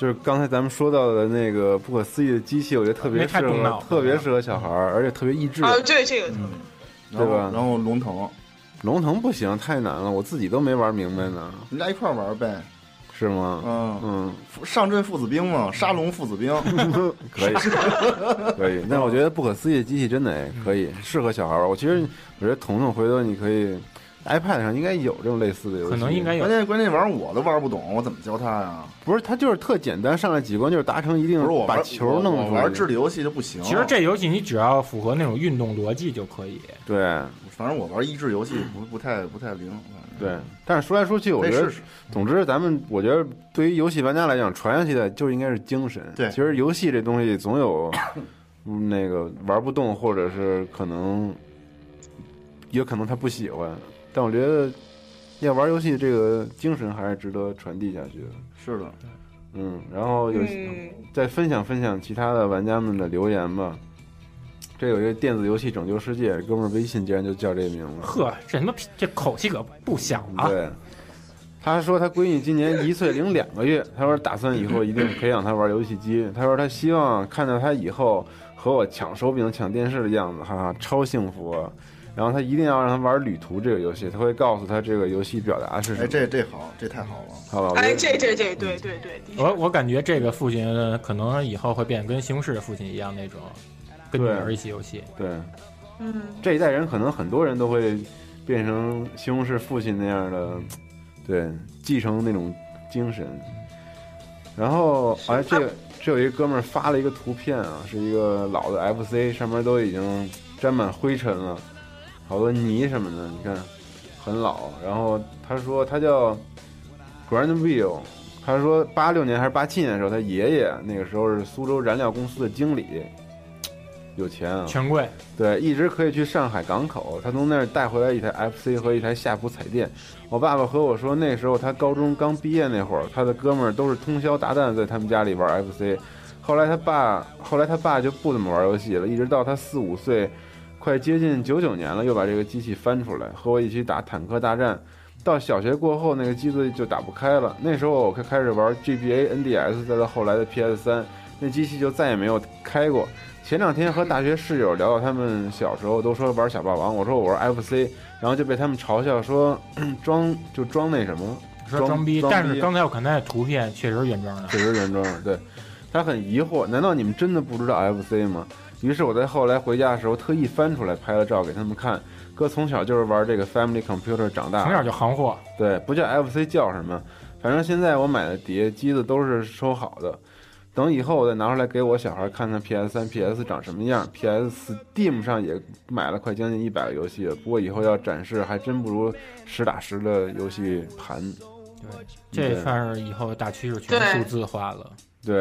就是刚才咱们说到的那个不可思议的机器，我觉得特别那太适动脑合了，特别适合小孩儿，而且特别益智。啊，对这个，嗯，对吧然后然后龙腾，龙腾不行，太难了，我自己都没玩明白呢，人家一块儿玩呗，是吗？嗯，嗯， 父上阵父子兵嘛，沙龙父子兵，可以，可以。但我觉得不可思议的机器真的哎可以，适合小孩玩。我其实我觉得彤彤回头你可以，iPad 上应该有这种类似的游戏，可能应该有关键关键玩意儿我都玩不懂，我怎么教他呀？不是它就是特简单，上来几关就是达成一定不是我玩把球弄我出来。玩智力游戏就不行，其实这游戏你只要符合那种运动逻辑就可以。对反正我玩益智游戏不不太不太灵，嗯反正对，但是说来说去，我可以觉得试试，总之，咱们我觉得对于游戏玩家来讲，传下去的就应该是精神。对其实游戏这东西总有 嗯那个玩不动，或者是可能也可能他不喜欢，但我觉得要玩游戏这个精神还是值得传递下去的。是的，嗯，然后有、嗯，再分享分享其他的玩家们的留言吧。这有一个电子游戏拯救世界，哥们儿微信竟然就叫这名字。呵，这他妈这口气可不小啊！对，他说他闺女今年一岁零两个月，他说打算以后一定培养她玩游戏机。他说他希望看到她以后和我抢手柄、抢电视的样子，哈哈，超幸福啊。然后他一定要让她玩《旅途》这个游戏，他会告诉她这个游戏表达是什哎，么。这这好，这太好了， 好吧，我觉哎，得这这这，对对对，的确哦我我感觉这个父亲呃可能以后会变跟西红柿的父亲一样那种，跟女对儿一起游戏。对嗯，这一代人，可能很多人都会变成西红柿父亲那样的，对，继承那种精神。然后，哎，这个这有一个哥们儿发了一个图片啊，是一个老的 FC，上面都已经沾满灰尘了，好多泥什么的，你看很老。然后他说他叫 Grand Bill，他说八六年还是八七年的时候，他爷爷那个时候是苏州燃料公司的经理，有钱啊，权贵，对，一直可以去上海港口。他从那儿带回来一台 FC 和一台夏普彩电。我爸爸和我说，那时候他高中刚毕业那会儿，他的哥们儿都是通宵达旦在他们家里玩 FC。后来他爸，后来他爸就不怎么玩游戏了，一直到他四五岁，快接近九九年了，又把这个机器翻出来，和我一起打坦克大战。到小学过后，那个机子就打不开了。那时候我开开始玩 GBA、NDS，再到后来的 PS 三，那机器就再也没有开过。前两天和大学室友聊到他们小时候都说玩小霸王，我说我玩 FC，然后就被他们嘲笑说嗯装就装那什么，说装装逼，装但是逼刚才我看他的图片确实是原装的，确实原装的。对，他很疑惑，难道你们真的不知道 FC 吗？于是我在后来回家的时候特意翻出来拍了照给他们看。哥从小就是玩这个 Family Computer 长大的，从小就行货，对，不叫 FC 叫什么？反正现在我买的碟机子都是收好的，等以后我再拿出来给我小孩看看 PS 三、PS 长什么样。PS Steam 上也买了快将近一百个游戏了，不过以后要展示还真不如实打实的游戏盘。这对算是以后的大趋势，全对数字化了。对，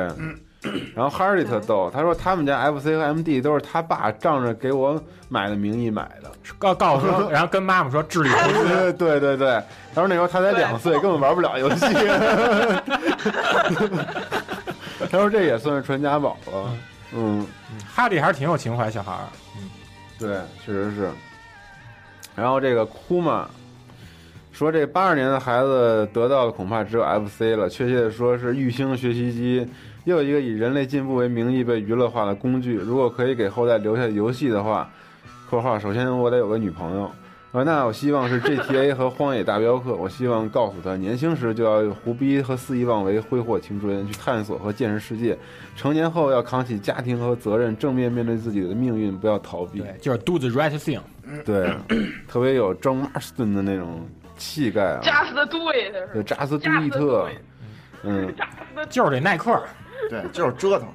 然后 Harry 特逗，他说他们家 FC 和 MD 都是他爸仗着给我买的名义买的。告告我 说，然后跟妈妈说智力投资，对对对对，他说那时候他才对两岁，根本玩不了游戏。他说这也算是传家宝了。嗯，嗯哈利还是挺有情怀小孩儿。对，确实是。然后这个哭嘛，说这八二年的孩子得到的恐怕只有 FC 了，确切的说是育星学习机，又一个以人类进步为名义被娱乐化的工具。如果可以给后代留下游戏的话（括号首先我得有个女朋友），啊，那我希望是 GTA 和荒野大镖客。我希望告诉他，年轻时就要胡逼和肆意妄为，挥霍青春，去探索和见识世界。成年后要扛起家庭和责任，正面面对自己的命运，不要逃避。对，就是 do the right thing。对，特别有 John Marston 的那种气概啊，扎死的对，这对，是扎斯杜伊特，嗯，就是得耐克，对，就是折腾。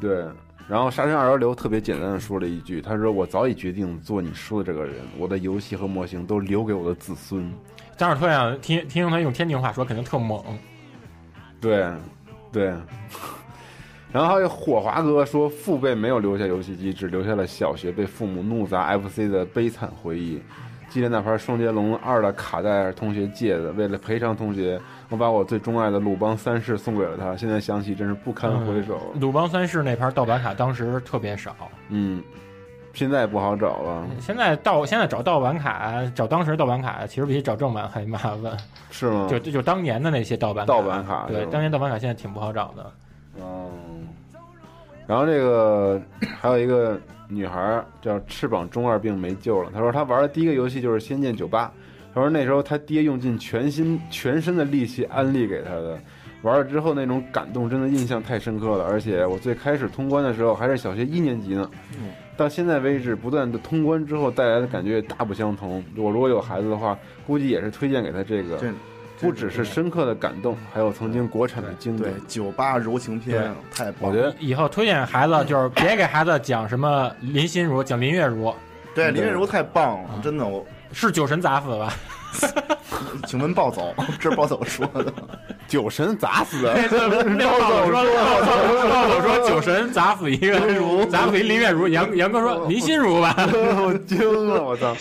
对。然后《杀神二幺六》特别简单的说了一句，他说：“我早已决定做你说的这个人，我的游戏和模型都留给我的子孙。但是特想听听他用天津话说，肯定特猛。”对，对。然后还有火华哥说，父辈没有留下游戏机，只留下了小学被父母怒砸 FC 的悲惨回忆。记得那盘《双截龙二》的卡带，同学借的。为了赔偿同学，我把我最钟爱的鲁邦三世送给了他。现在想起，真是不堪回首。鲁邦三世那盘盗版卡当时特别少，嗯，现在不好找了，现在盗现在找盗版卡，找当时盗版卡其实比找正版还麻烦。是吗？就就当年的那些盗版盗版卡是对吧，当年盗版卡现在挺不好找的。嗯。然后这个还有一个女孩儿叫翅膀中二病没救了，她说她玩的第一个游戏就是《仙剑九八》，她说那时候她爹用尽全心全身的力气安利给她的，玩了之后那种感动真的印象太深刻了，而且我最开始通关的时候还是小学一年级呢。嗯到现在为止，不断的通关之后带来的感觉也大不相同。我如果有孩子的话，估计也是推荐给他 这个，这不只是深刻的感动，还有曾经国产的经典对。，酒吧柔情片太棒了。我觉得以后推荐孩子就是别给孩子讲什么林心如，讲林月如，对嗯林月如太棒了，真的。我是酒神砸死的吧？请问暴走，这是暴走说的。酒神砸死 的，那暴走说，暴走说酒神砸死一个如，砸死一林月如。杨杨哥说林心如吧， 我惊了，我操！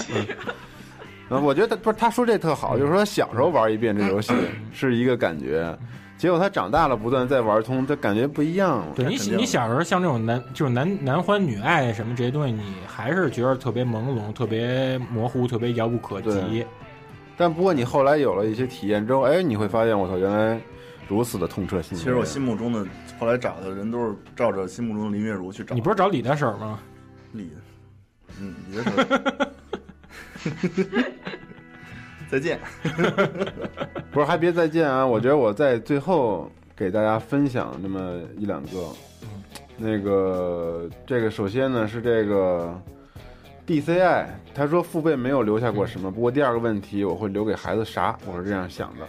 嗯，我觉得他不是他说这特好，就是说小时候玩一遍这游戏是一个感觉，结果他长大了不断再玩通，他感觉不一样了。对你肯定你小时候像这种男就是男男欢女爱什么这些东西，你还是觉得特别朦胧、特别模糊、特别遥不可及对。但不过你后来有了一些体验之后，哎，你会发现，我操，原来如此的痛彻心扉。 啊其实我心目中的后来找的人都是照着心目中的林月如去找。你不是找李大婶吗？李，嗯，李的手。 再见。 不是还别再见啊！我觉得我在最后给大家分享那么一两个，那个这个首先呢是这个 DCI，他说父辈没有留下过什么，不过第二个问题我会留给孩子啥，我是这样想的。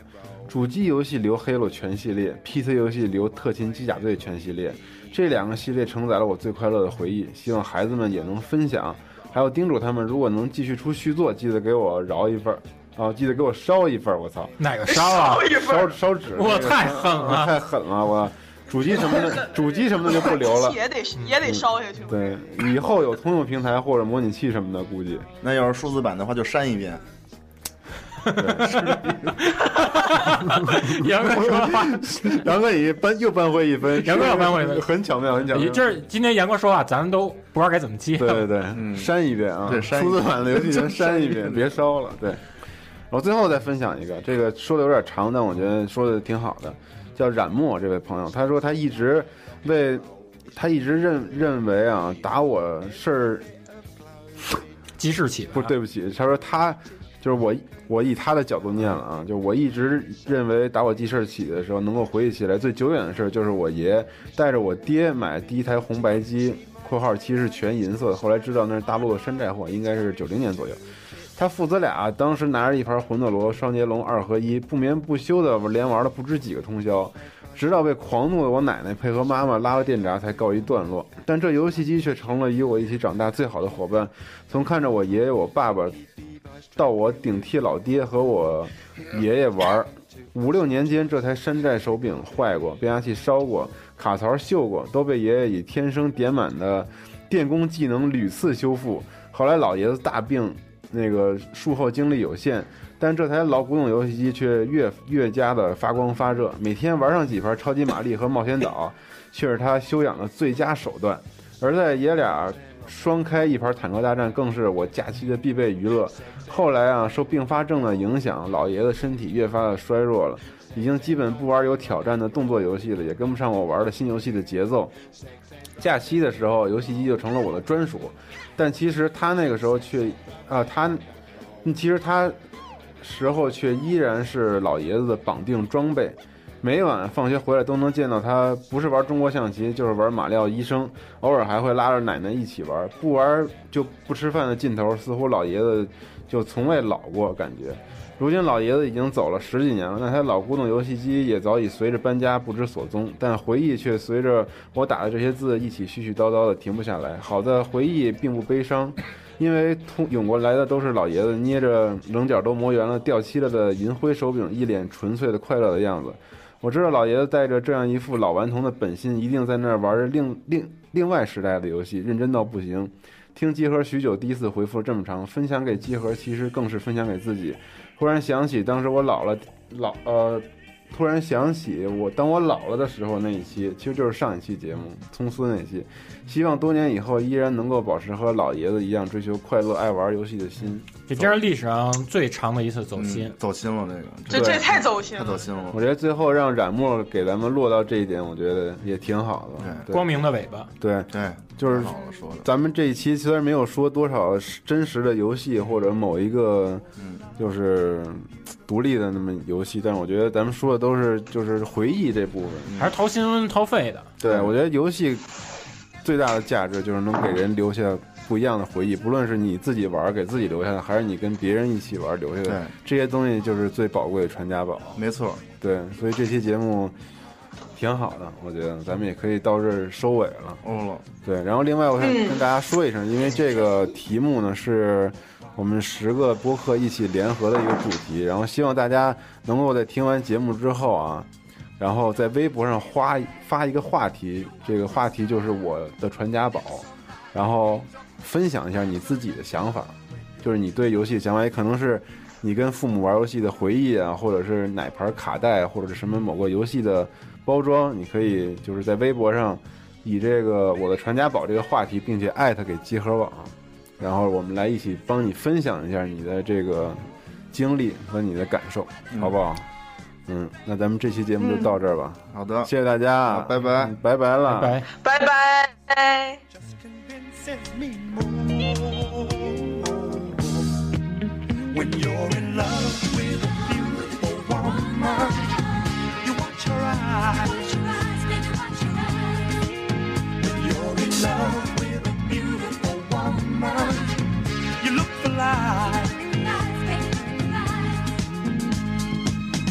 主机游戏留《黑 o 全系列，PC 游戏留《特勤机甲队》全系列。这两个系列承载了我最快乐的回忆，希望孩子们也能分享，还有叮嘱他们，如果能继续出续作，记得给我饶一份儿，啊，记得给我烧一份儿。我操，哪 个烧啊？一份烧儿烧纸，我那个太狠 了太狠了！我主机什么的，主机什么的就不留了。 嗯也得也得烧下去。对，以后有通用平台或者模拟器什么的，估计那要是数字版的话，就删一遍。杨哥说话，杨哥已扳又扳回一分，杨哥又扳回一分很巧妙，很巧妙。就是今天杨哥说话，咱们都不知道该怎么接。对对对，嗯删一遍啊，对删一数遍字版的 游戏先删一遍，别烧了。对，我最后再分享一个，这个说的有点长，但我觉得说的挺好的，叫冉墨这位朋友，他说他一直为他一直认认为啊，打我事儿即时起，不是，对不起，他说他就是我，我以他的角度念了啊，就我一直认为打火机事儿起的时候，能够回忆起来最久远的事儿，就是我爷带着我爹买第一台红白机（括号其实是全银色的），后来知道那是大陆的山寨货，应该是九零年左右。他父子俩当时拿着一盘魂斗罗双截龙二合一，不眠不休的连玩了不知几个通宵，直到被狂怒的我奶奶配合妈妈拉了电闸才告一段落。但这游戏机却成了与我一起长大最好的伙伴，从看着我爷爷、我爸爸，到我顶替老爹和我爷爷玩儿。五六年间，这台山寨手柄坏过，变压器烧过，卡槽锈过，都被爷爷以天生点满的电工技能屡次修复。后来老爷子大病，那个术后精力有限，但这台老古董游戏机却越越加的发光发热。每天玩上几盘超级玛丽和冒险岛，却是他修养的最佳手段。而在爷俩双开一盘坦克大战，更是我假期的必备娱乐。后来啊，受并发症的影响，老爷子身体越发的衰弱了，已经基本不玩有挑战的动作游戏了，也跟不上我玩的新游戏的节奏。假期的时候，游戏机就成了我的专属，但其实他那个时候却，啊、他，其实他时候却依然是老爷子的绑定装备。每晚放学回来都能见到他，不是玩中国象棋，就是玩马里奥医生，偶尔还会拉着奶奶一起玩。不玩就不吃饭的劲头，似乎老爷子就从未老过感觉。如今老爷子已经走了十几年了，那台老古董游戏机也早已随着搬家不知所踪，但回忆却随着我打的这些字一起絮絮叨叨的停不下来。好在回忆并不悲伤，因为通涌过来的都是老爷子捏着棱角都磨圆了、掉漆了的银灰手柄，一脸纯粹的快乐的样子。我知道老爷子带着这样一副老顽童的本性，一定在那儿玩着另另另外时代的游戏，认真到不行。听集合许久，第一次回复这么长，分享给集合，其实更是分享给自己。忽然想起当时我老了，老呃，突然想起我当我老了的时候那一期，其实就是上一期节目葱丝那期。希望多年以后依然能够保持和老爷子一样追求快乐、爱玩游戏的心。这真是历史上最长的一次走心嗯。走心了，这这个嗯这太走心太走了。心了我。觉得最后让冉墨给咱们落到这一点，我觉得也挺好的。对光明的尾巴，对，对，就是老了说的。咱们这一期虽然没有说多少真实的游戏或者某一个嗯，就是独立的那么游戏，但是我觉得咱们说的都是就是回忆这部分。还是掏心掏肺的。对嗯我觉得游戏最大的价值就是能给人留下不一样的回忆，不论是你自己玩儿给自己留下的，还是你跟别人一起玩儿留下的对，这些东西就是最宝贵的传家宝。没错。对，所以这期节目挺好的，我觉得咱们也可以到这儿收尾了。哦对，然后另外我想嗯跟大家说一声，因为这个题目呢是我们十个播客一起联合的一个主题，然后希望大家能够在听完节目之后啊，然后在微博上花发一个话题，这个话题就是我的传家宝，然后分享一下你自己的想法，就是你对游戏的想法，也可能是你跟父母玩游戏的回忆啊，或者是哪盘卡带，或者是什么某个游戏的包装，你可以就是在微博上以这个我的传家宝这个话题，并且艾特给集合网，啊然后我们来一起帮你分享一下你的这个经历和你的感受，好不好？嗯，那咱们这期节目就到这儿吧，了，好的，谢谢大家，好拜拜嗯拜拜了，拜。拜拜。 convinces me more. When you're in love with a beautiful woman, you watch her eyes. You're in love with a beautiful woman. You look for life.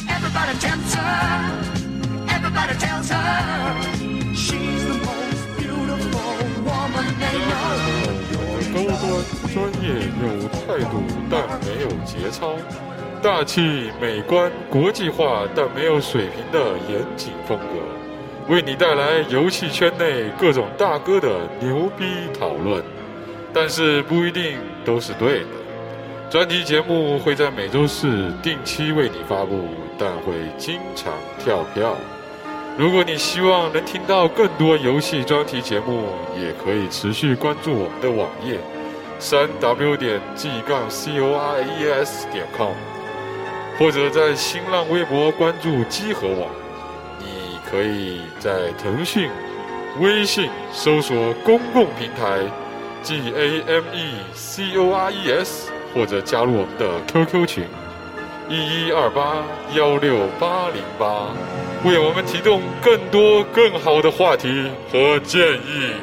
Everybody jam 专业有态度但没有节操，大气美观国际化但没有水平的严谨风格，为你带来游戏圈内各种大哥的牛逼讨论，但是不一定都是对的。专题节目会在每周四定期为你发布，但会经常跳票。如果你希望能听到更多游戏专题节目，也可以持续关注我们的网页，三 w 点 g 杠 c o r e s 点 com，或者在新浪微博关注机核网。你可以在腾讯、微信搜索公共平台 G A M E C O R E S，或者加入我们的 QQ 群一一二八幺六八零八，为我们提供更多更好的话题和建议。